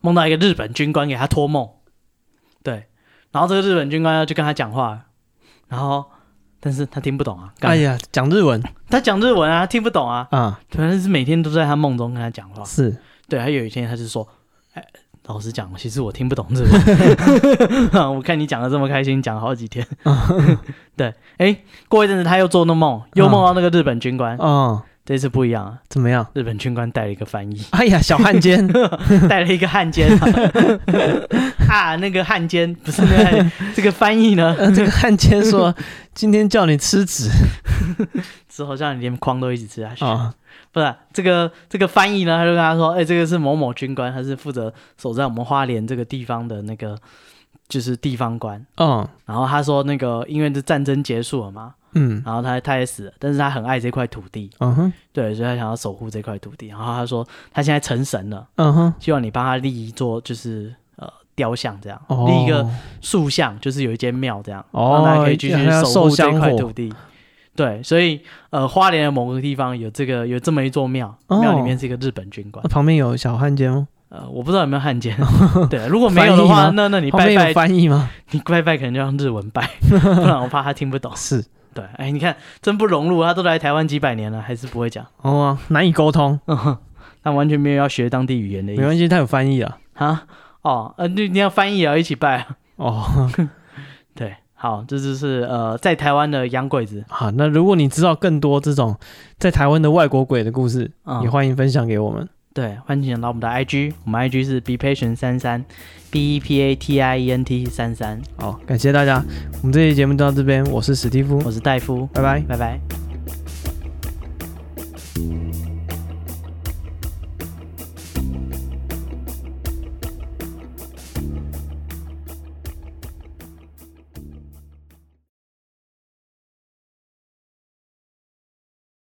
梦到一个日本军官给他托梦，对，然后这个日本军官就跟他讲话，然后但是他听不懂啊，干
哎呀，讲日文
他讲日文啊，他听不懂啊，
啊，
反正是每天都在他梦中跟他讲 话，
是
对，还有一天他就说，哎，老实讲，其实我听不懂日文， 啊我看你讲的这么开心，讲了好几 天，对，哎，过一阵子他又做那梦，又梦到那个日本军官，
哦，
这次不一样啊，
怎么样？
日本军官带了一个翻 译，
哎呀，小汉奸
带了一个汉 奸啊，啊那个汉奸不是那个汉奸这个翻译呢，
呃，这个汉奸说今天叫你吃 纸
之后让你连框都一起吃下去。
啊，
不是啊这个这个翻译呢，他就跟他说：“哎、这个是某某军官，他是负责守在我们花莲这个地方的那个，就是地方官。
哦，”
然后他说：“那个因为这战争结束了嘛，
嗯
然后他他也死了，但是他很爱这块土地，
嗯哼
对，所以他想要守护这块土地。然后他说他现在成神了，
嗯哼，
希望你帮他立一座就是呃雕像这样，
哦，
立一个塑像，就是有一间庙这样，
哦
让大家可以继续
要
守
受
护
香
这块
火
土地。”对，所以呃，花莲的某个地方有这个有这么一座庙，
哦
庙里面是一个日本军官
那。旁边有小汉奸吗？
呃，我不知道有没 有汉奸。对，如果没有的话，
翻译吗
那那你
旁
拜
边有
拜，
翻译 吗？
你拜拜可能就用日 文拜，不然我怕他听不懂。
是
对，哎，你看，真不融入，他都来台湾几百年了，还是不会讲，
哦啊，难以沟通，
嗯哼他完全没有要学当地语言的意
没
思
关系，他有翻译啊。
啊。哦，呃，你你要翻译也要一起拜啊。
哦，
对，好，这就是呃，在台湾的洋鬼子
好，那如果你知道更多这种在台湾的外国鬼的故事，
啊。
也欢迎分享给我们。
对，欢迎来我们的 IG，我们 IG 是 be patient 三三，b e p a t i e n t 三三，
好，感谢大家，我们这期节目就到这边，我是史蒂夫，
我是戴夫，
拜拜。
拜拜。